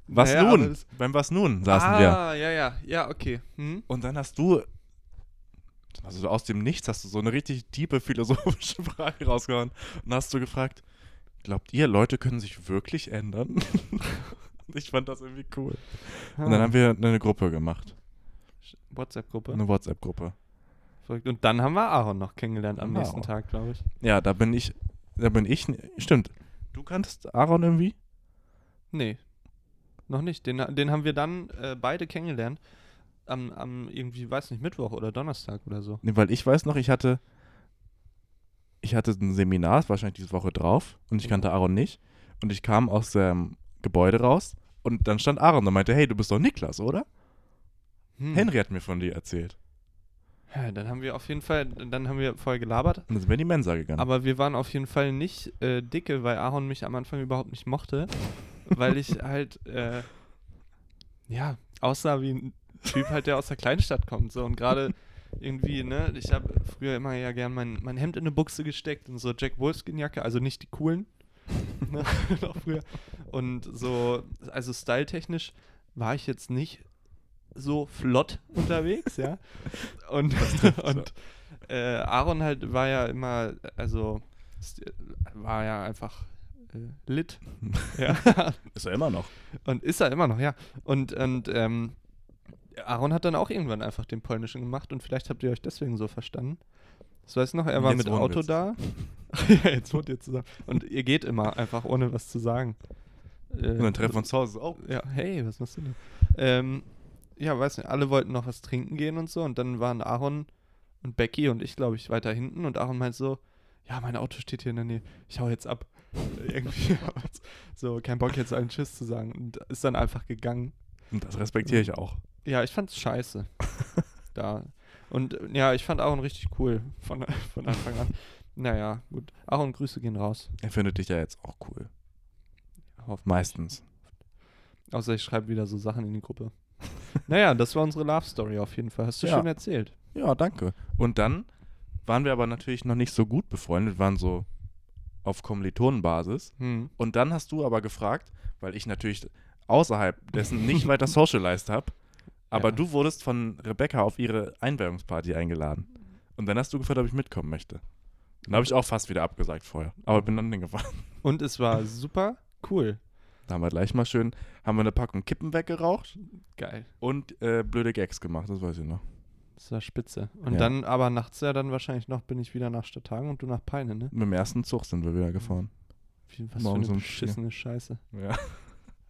S3: Was
S2: Naja, aber
S3: nun?
S2: das-
S3: Beim Was nun saßen
S2: ah,
S3: wir.
S2: ja, ja, ja, okay. Hm?
S3: Und dann hast du, also aus dem Nichts hast du so eine richtig tiefe philosophische Frage rausgehauen und hast du gefragt, glaubt ihr, Leute können sich wirklich ändern? Und ich fand das irgendwie cool. Und
S2: Ah.
S3: dann haben wir eine Gruppe gemacht,
S2: WhatsApp-Gruppe.
S3: eine WhatsApp-Gruppe.
S2: Verrückt. Und dann haben wir Aaron noch kennengelernt am
S3: Genau.
S2: nächsten Tag, glaube ich.
S3: Ja, da bin ich, da bin ich, stimmt. Du kanntest Aaron irgendwie?
S2: Nee, noch nicht. Den, den haben wir dann äh, beide kennengelernt. Am, am irgendwie, weiß nicht, Mittwoch oder Donnerstag oder so.
S3: Nee, weil ich weiß noch, ich hatte, ich hatte ein Seminar, ist wahrscheinlich diese Woche drauf, und ich kannte Aaron nicht. Und ich kam aus dem Gebäude raus und dann stand Aaron und meinte, hey, du bist doch Niklas, oder?
S2: Hm.
S3: Henry hat mir von dir erzählt.
S2: Ja, dann haben wir auf jeden Fall, dann haben wir vorher gelabert.
S3: Und dann sind wir in die Mensa gegangen.
S2: Aber wir waren auf jeden Fall nicht äh, dicke, weil Aaron mich am Anfang überhaupt nicht mochte. weil ich halt, äh, ja, aussah wie ein Typ halt, der aus der Kleinstadt kommt. So und gerade irgendwie, ne, ich habe früher immer ja gern mein, mein Hemd in eine Buchse gesteckt und so Jack Wolfskin-Jacke, also nicht die coolen. ne, auch früher. Und so, also styletechnisch war ich jetzt nicht so flott unterwegs, ja. Und, und äh, Aaron halt war ja immer, also st- war ja einfach äh, lit. ja.
S3: ist er immer noch.
S2: Und ist er immer noch, ja. Und, und ähm, Aaron hat dann auch irgendwann einfach den Polnischen gemacht und vielleicht habt ihr euch deswegen so verstanden. Das weiß ich noch, er war
S3: Jetzt
S2: mit
S3: wohnen wir
S2: Auto
S3: jetzt
S2: da. ja, jetzt wohnt ihr zusammen. Und ihr geht immer einfach, ohne was zu sagen. Äh,
S3: Und dann treffen wir uns zu Hause. Oh,
S2: ja, hey, was machst du denn? Ähm, ja, weiß nicht, alle wollten noch was trinken gehen und so und dann waren Aaron und Becky und ich, glaube ich, weiter hinten und Aaron meint so, ja, mein Auto steht hier in der Nähe, ich hau jetzt ab. Irgendwie, so, kein Bock jetzt allen Tschüss zu sagen und ist dann einfach gegangen.
S3: und das respektiere ich auch.
S2: Ja, ich fand's scheiße. da. Und äh, ja, ich fand Aaron richtig cool von, von Anfang an. Naja, gut. Aaron, Grüße gehen raus.
S3: Er findet dich ja jetzt auch cool.
S2: Hoffentlich.
S3: Meistens.
S2: Außer ich schreibe wieder so Sachen in die Gruppe. naja, das war unsere Love Story auf jeden Fall. Hast du
S3: Ja.
S2: schön erzählt.
S3: Ja, danke. Und dann waren wir aber natürlich noch nicht so gut befreundet, waren so auf Kommilitonenbasis.
S2: Hm.
S3: Und dann hast du aber gefragt, weil ich natürlich außerhalb dessen nicht weiter socialized habe, aber
S2: Ja.
S3: du wurdest von Rebecca auf ihre Einweihungsparty eingeladen. Und dann hast du gefragt, ob ich mitkommen möchte. Dann habe ich auch fast wieder abgesagt vorher, aber bin dann hingefahren.
S2: Und es war super cool.
S3: Da haben wir gleich mal schön, haben wir eine Packung Kippen weggeraucht
S2: Geil.
S3: und äh, blöde Gags gemacht, das weiß ich noch.
S2: Das war spitze. Und
S3: Ja.
S2: dann, aber nachts ja dann wahrscheinlich noch, bin ich wieder nach Stadthagen und du nach Peine, ne?
S3: Mit dem ersten Zug sind wir wieder gefahren.
S2: Wie, was
S3: Morgens
S2: für
S3: um
S2: eine
S3: vier.
S2: beschissene Scheiße.
S3: Ja.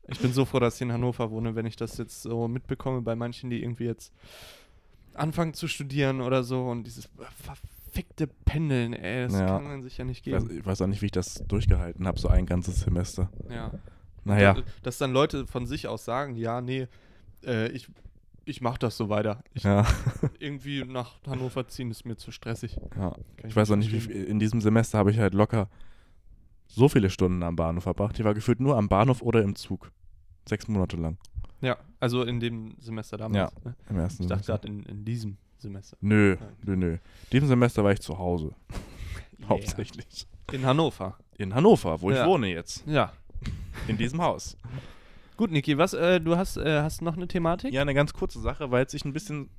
S2: Ich bin so froh, dass ich in Hannover wohne, wenn ich das jetzt so mitbekomme bei manchen, die irgendwie jetzt anfangen zu studieren oder so und dieses verfickte Pendeln, ey, das
S3: Ja.
S2: kann man sich ja Also, nicht
S3: Ich weiß,
S2: geben.
S3: ich weiß auch nicht, wie ich das durchgehalten habe, so ein ganzes Semester.
S2: Ja.
S3: Naja,
S2: Dass, äh, dass dann Leute von sich aus sagen, ja, nee, äh, ich, ich mach das so weiter. Ich,
S3: ja.
S2: Irgendwie nach Hannover ziehen ist mir zu stressig. Kann
S3: ja. Ich weiß auch nicht, wie
S2: verstehen.
S3: viel, in diesem Semester habe ich halt locker so viele Stunden am Bahnhof verbracht. Ich war gefühlt nur am Bahnhof oder im Zug. Sechs Monate lang
S2: Ja, also in dem Semester damals. Ne?
S3: im ersten
S2: Ich dachte
S3: Semester.
S2: gerade in, in diesem Semester.
S3: Nö,
S2: Nein.
S3: nö, nö. Diesem Semester war ich zu Hause. Hauptsächlich.
S2: In Hannover.
S3: In Hannover, wo
S2: Ja.
S3: ich wohne jetzt.
S2: Ja.
S3: In diesem Haus.
S2: Gut, Niki, was, äh, du hast, äh, hast noch eine Thematik?
S3: Ja, eine ganz kurze Sache, weil es sich ein bisschen,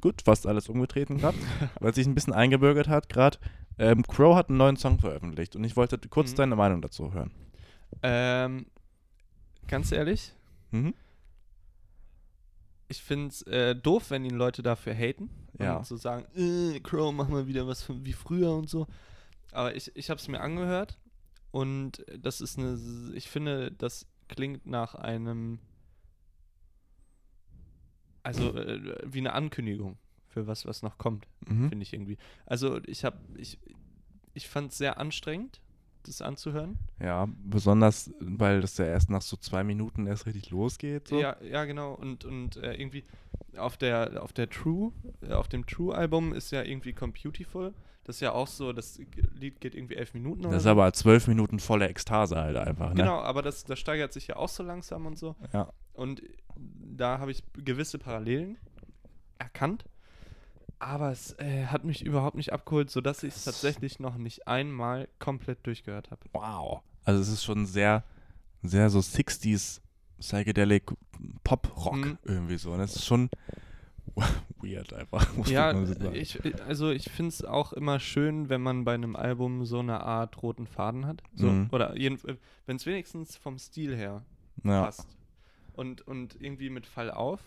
S3: gut, fast alles umgetreten gerade, weil es sich ein bisschen eingebürgert hat gerade. Ähm, Crow hat einen neuen Song veröffentlicht und ich wollte kurz
S2: Mhm.
S3: deine Meinung dazu hören.
S2: Ähm, ganz ehrlich,
S3: Mhm.
S2: ich finde es äh, doof, wenn ihn Leute dafür haten
S3: Ja. Mhm.
S2: und so sagen, äh, Crow, mach mal wieder was von, wie früher und so. Aber ich, ich habe es mir angehört und das ist eine, s- ich finde, das klingt nach einem, also äh, wie eine Ankündigung für was, was noch kommt.
S3: Mhm.
S2: finde ich irgendwie. Also ich habe, ich, ich fand es sehr anstrengend, das anzuhören.
S3: Ja, besonders, weil das ja erst nach so zwei Minuten erst richtig losgeht. So.
S2: Ja, ja, genau. Und, und äh, irgendwie auf der, auf der True, äh, auf dem True-Album ist ja irgendwie Computiful. Das ist ja auch so, das Lied geht irgendwie elf Minuten
S3: Das ist aber zwölf Minuten volle Ekstase halt einfach. Ne?
S2: Genau, aber das, das steigert sich ja auch so langsam und so.
S3: Ja.
S2: Und da habe ich gewisse Parallelen erkannt. Aber es äh, hat mich überhaupt nicht abgeholt, sodass ich es tatsächlich noch nicht einmal komplett durchgehört habe.
S3: Wow. Also es ist schon sehr, sehr so 60s Psychedelic Pop-Rock
S2: Mhm.
S3: irgendwie so. Und es ist schon weird einfach. muss
S2: Ja,
S3: man so sagen.
S2: ich, also ich finde es auch immer schön, wenn man bei einem Album so eine Art roten Faden hat. So,
S3: Mhm.
S2: Oder wenn es wenigstens vom Stil her
S3: ja.
S2: passt. Und, und irgendwie mit Fall auf,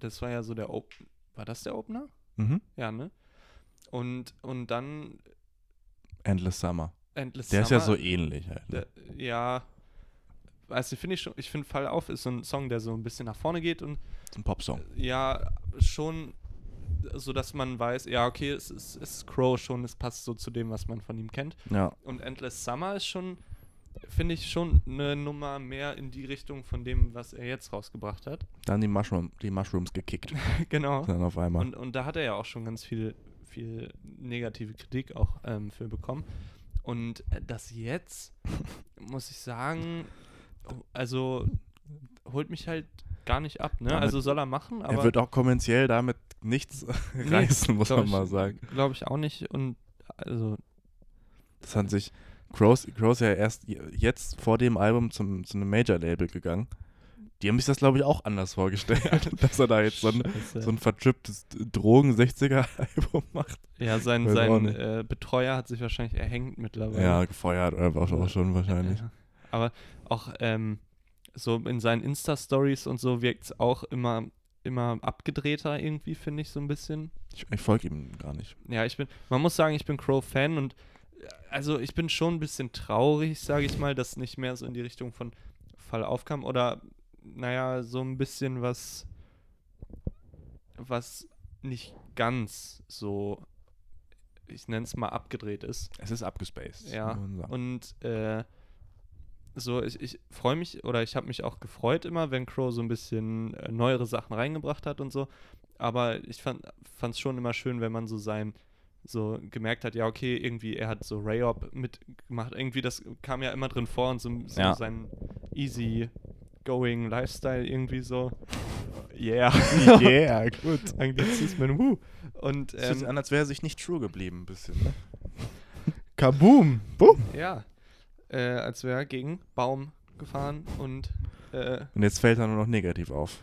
S2: das war ja so der Open. War das der Opener?
S3: Mhm.
S2: Ja, ne? Und, und dann
S3: Endless Summer.
S2: Endless
S3: Der ist ja
S2: Summer,
S3: so ähnlich halt. Ne?
S2: der, ja. Also finde ich schon, ich finde Fall auf ist so ein Song, der so ein bisschen nach vorne geht und
S3: Ist ein Popsong.
S2: ja, schon so, dass man weiß, ja, okay, es ist, es ist Crow schon, es passt so zu dem, was man von ihm kennt.
S3: Ja.
S2: Und Endless Summer ist schon, finde ich, schon eine Nummer mehr in die Richtung von dem, was er jetzt rausgebracht hat.
S3: Dann die, Mushroom, die Mushrooms gekickt.
S2: genau.
S3: Dann auf einmal.
S2: Und, und da hat er ja auch schon ganz viel, viel negative Kritik auch ähm, für bekommen. Und äh, das jetzt, muss ich sagen, also holt mich halt gar nicht ab, ne?
S3: Damit-
S2: Also soll er machen, aber
S3: er wird auch kommerziell damit nichts reißen, muss
S2: glaub
S3: man mal
S2: ich-
S3: sagen.
S2: Glaube ich auch nicht. Und also,
S3: Das hat sich Crows, Crows ja erst je- jetzt vor dem Album zum, zu einem Major-Label gegangen. Die haben sich das, glaube ich, auch anders vorgestellt, dass er da jetzt so ein,
S2: Scheiße.
S3: so ein vertripptes Drogen-60er-Album macht.
S2: ja, sein,
S3: Weiß auch
S2: sein
S3: nicht.
S2: äh, Betreuer hat sich wahrscheinlich erhängt mittlerweile.
S3: Ja, gefeuert einfach auch schon wahrscheinlich.
S2: Ja. Aber auch ähm, so in seinen Insta-Stories und so wirkt es auch immer, immer abgedrehter irgendwie, finde ich so ein bisschen.
S3: Ich, ich folge ihm gar nicht.
S2: Ja, ich bin, man muss sagen, ich bin Crow-Fan und äh, also ich bin schon ein bisschen traurig, sage ich mal, dass nicht mehr so in die Richtung von Fall aufkam oder naja, so ein bisschen was, was nicht ganz so, ich nenne es mal abgedreht ist.
S3: Es ist abgespaced.
S2: Ja,
S3: muss man sagen.
S2: Und äh, so, ich, ich freue mich oder ich habe mich auch gefreut immer, wenn Crow so ein bisschen äh, neuere Sachen reingebracht hat und so. Aber ich fand es schon immer schön, wenn man so sein, so gemerkt hat, ja, okay, irgendwie, er hat so Rayop mitgemacht. Irgendwie, das kam ja immer drin vor und so, so
S3: Ja.
S2: sein easy going Lifestyle irgendwie so. Yeah. ähm,
S3: yeah, gut.
S2: Eigentlich ist man woo. Und
S3: Es fühlt sich
S2: ähm,
S3: an, als wäre er sich nicht true geblieben, ein bisschen. Ne?
S2: Kaboom!
S3: Boom.
S2: Ja. Äh, als wäre er gegen Baum gefahren und äh,
S3: Und jetzt fällt er nur noch negativ auf.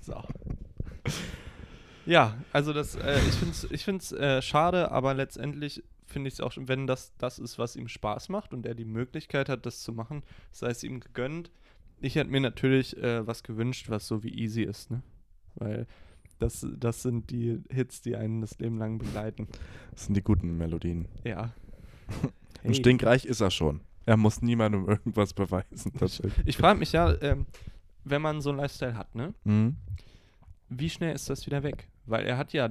S2: so. ja, also das, äh, ich finde es ich find's, äh, schade, aber letztendlich finde ich es auch, schon- wenn das das ist, was ihm Spaß macht und er die Möglichkeit hat, das zu machen, sei es ihm gegönnt. Ich hätte mir natürlich äh, was gewünscht, was so wie easy ist, ne? Weil das, das sind die Hits, die einen das Leben lang begleiten.
S3: Das sind die guten Melodien.
S2: Ja.
S3: Und
S2: Hey.
S3: stinkreich ist er schon. Er muss niemandem irgendwas beweisen. Das
S2: Ich frage mich ja, ähm, wenn man so einen Lifestyle hat, ne?
S3: mhm.
S2: wie schnell ist das wieder weg? Weil er hat ja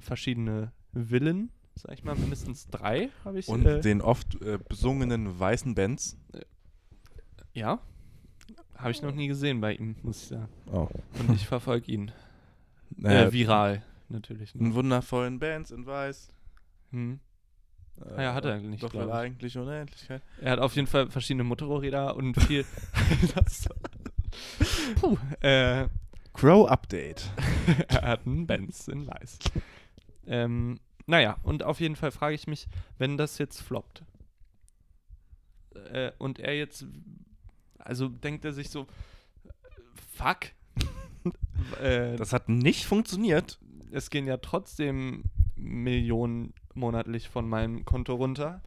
S2: verschiedene Villen, sag ich mal, mindestens drei, habe ich
S3: Und
S2: äh,
S3: den oft äh, besungenen weißen Bands.
S2: Ja. Habe ich noch nie gesehen bei ihm, muss ich sagen.
S3: Oh.
S2: Und ich verfolge ihn.
S3: Äh,
S2: äh, viral, natürlich. Ne?
S3: einen wundervollen Bands in weiß.
S2: Hm.
S3: Äh,
S2: Ah ja, hat er nicht,
S3: Doch weil
S2: glaub ich.
S3: eigentlich Unendlichkeit.
S2: Er hat auf jeden Fall verschiedene Motorräder und viel. das, puh, äh,
S3: Crow Update.
S2: er hat einen Benz in Leist. Ähm, naja, und auf jeden Fall frage ich mich, wenn das jetzt floppt äh, und er jetzt, also denkt er sich so, fuck, äh,
S3: Das hat nicht funktioniert.
S2: es gehen ja trotzdem Millionen monatlich von meinem Konto runter.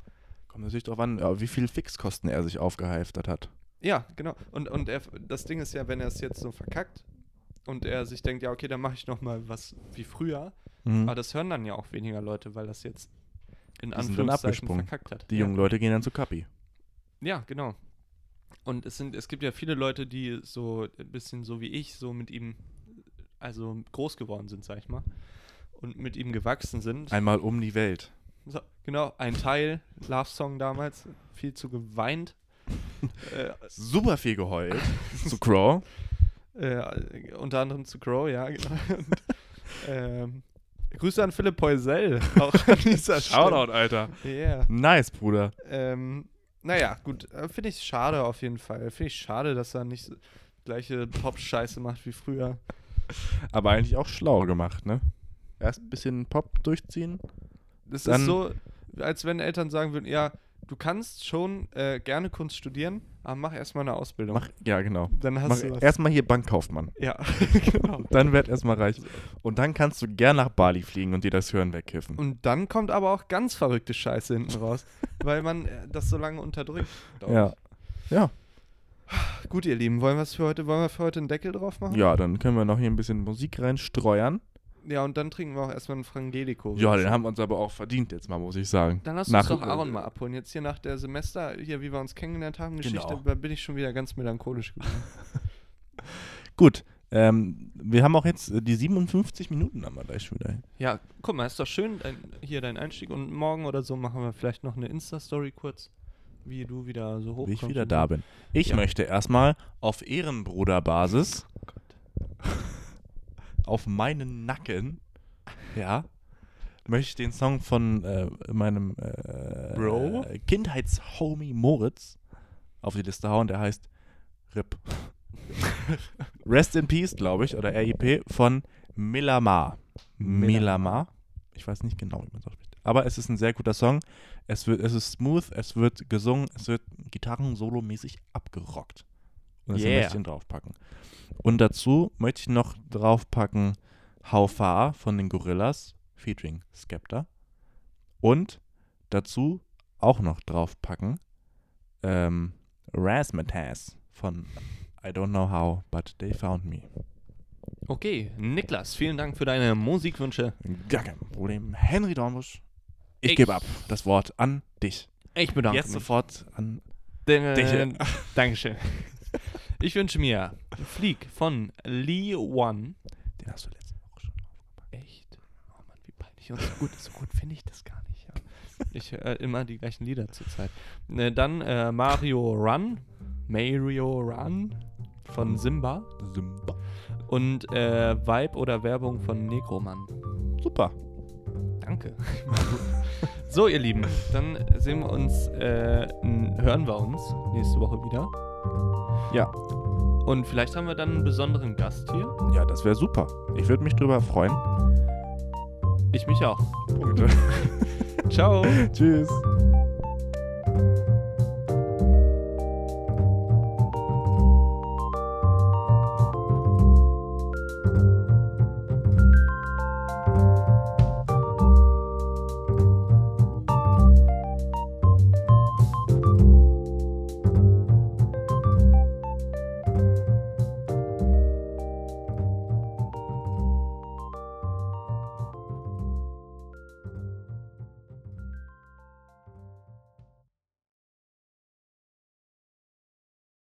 S3: Kommt natürlich drauf an, ja, wie viel Fixkosten er sich aufgeheiftet hat.
S2: Ja, genau. Und, und er, das Ding ist ja, wenn er es jetzt so verkackt und er sich denkt, ja, okay, dann mache ich noch mal was wie früher. Aber Ah, das hören dann ja auch weniger Leute, weil das jetzt in
S3: Mhm. dann
S2: Anführungszeichen
S3: abgesprungen.
S2: verkackt hat.
S3: Die jungen Leute gehen dann zu Kapi.
S2: Ja, genau. Und es sind, es gibt ja viele Leute, die so ein bisschen so wie ich, so mit ihm, also groß geworden sind, sag ich mal. Und mit ihm gewachsen sind.
S3: Einmal um die Welt.
S2: So, genau, ein Teil, Love Song damals, viel zu geweint. äh,
S3: Super viel geheult zu Craw.
S2: äh, unter anderem zu Grow, ja, genau. Und, ähm, Grüße an Philipp Poisel, auch an dieser Stelle.
S3: Alter.
S2: Yeah.
S3: Nice, Bruder.
S2: Ähm, naja, gut, äh, finde ich schade auf jeden Fall. Finde ich schade, dass er nicht so gleiche Pop-Scheiße macht wie früher.
S3: Aber eigentlich auch schlau gemacht, ne? Erst ein bisschen Pop durchziehen.
S2: Das
S3: Dann-
S2: ist so, als wenn Eltern sagen würden, ja, du kannst schon äh, gerne Kunst studieren, aber mach erstmal eine Ausbildung.
S3: Mach, ja, genau.
S2: Dann hast
S3: Mach
S2: du was.
S3: erstmal hier Bankkaufmann.
S2: Ja, genau.
S3: Dann werd erstmal reich. Und dann kannst du gern nach Bali fliegen und dir das Hören wegkiffen.
S2: Und dann kommt aber auch ganz verrückte Scheiße hinten raus, weil man äh, das so lange unterdrückt. glaub
S3: Ja. Ja.
S2: ich. Gut, ihr Lieben, wollen, wir's für heute, wollen wir für heute einen Deckel drauf machen?
S3: Ja, dann können wir noch hier ein bisschen Musik reinstreuern.
S2: Ja, und dann trinken wir auch erstmal einen Frangelico.
S3: Ja, den haben wir uns aber auch verdient jetzt mal, muss ich sagen.
S2: Dann lass
S3: Nach-
S2: uns doch Aaron mal abholen. Jetzt hier nach der Semester, hier wie wir uns kennengelernt haben, Geschichte,
S3: Genau.
S2: da bin ich schon wieder ganz melancholisch geworden.
S3: Gut, ähm, wir haben auch jetzt äh, die 57 Minuten haben wir gleich schon wieder.
S2: ja, guck mal, ist doch schön, dein, hier dein Einstieg und morgen oder so machen wir vielleicht noch eine Insta-Story kurz, wie du wieder so hochkommst.
S3: Wie ich wieder
S2: und
S3: da
S2: so.
S3: bin. Ich
S2: Oh, Ja.
S3: möchte erstmal auf Ehrenbruderbasis auf meinen Nacken, ja, möchte ich den Song von äh, meinem äh,
S2: Bro?
S3: äh, Kindheitshomie Moritz auf die Liste hauen. Der heißt RIP. Rest in Peace, glaube ich, oder RIP von Milamar. Milamar. Ich weiß nicht genau, wie man es ausspricht. Aber es ist ein sehr guter Song. Es, wird, es ist smooth, es wird gesungen, es wird Gitarren-Solo-mäßig abgerockt. Und deswegen
S2: Yeah.
S3: möchte ich ihn draufpacken. Und dazu möchte ich noch draufpacken How Far von den Gorillas, featuring Skepta. Und dazu auch noch draufpacken ähm, Razzmatazz von I Don't Know How, But They Found Me.
S2: Okay, Niklas, vielen Dank für deine Musikwünsche.
S3: Gar kein Problem. Henry Dornbusch, ich,
S2: Ich-
S3: gebe ab das Wort an dich.
S2: Ich bedanke
S3: Jetzt sofort an
S2: Dä- äh, Dankeschön. Ich wünsche mir Flieg von Lee One.
S3: Den hast du letzte Woche schon.
S2: Echt? Oh Mann, wie peinlich. Und so gut, so gut finde ich das gar nicht. Ja. Ich höre immer die gleichen Lieder zurzeit. Ne, dann äh, Mario Run. Mario Run von Simba.
S3: Simba.
S2: Und äh, Vibe oder Werbung von Necroman.
S3: Super.
S2: Danke. so, ihr Lieben, dann sehen wir uns, äh, n- hören wir uns nächste Woche wieder.
S3: Ja.
S2: Und vielleicht haben wir dann einen besonderen Gast hier.
S3: Ja, das wäre super. Ich würde mich drüber freuen.
S2: Ich mich auch.
S3: Punkte.
S2: Ciao.
S3: Tschüss.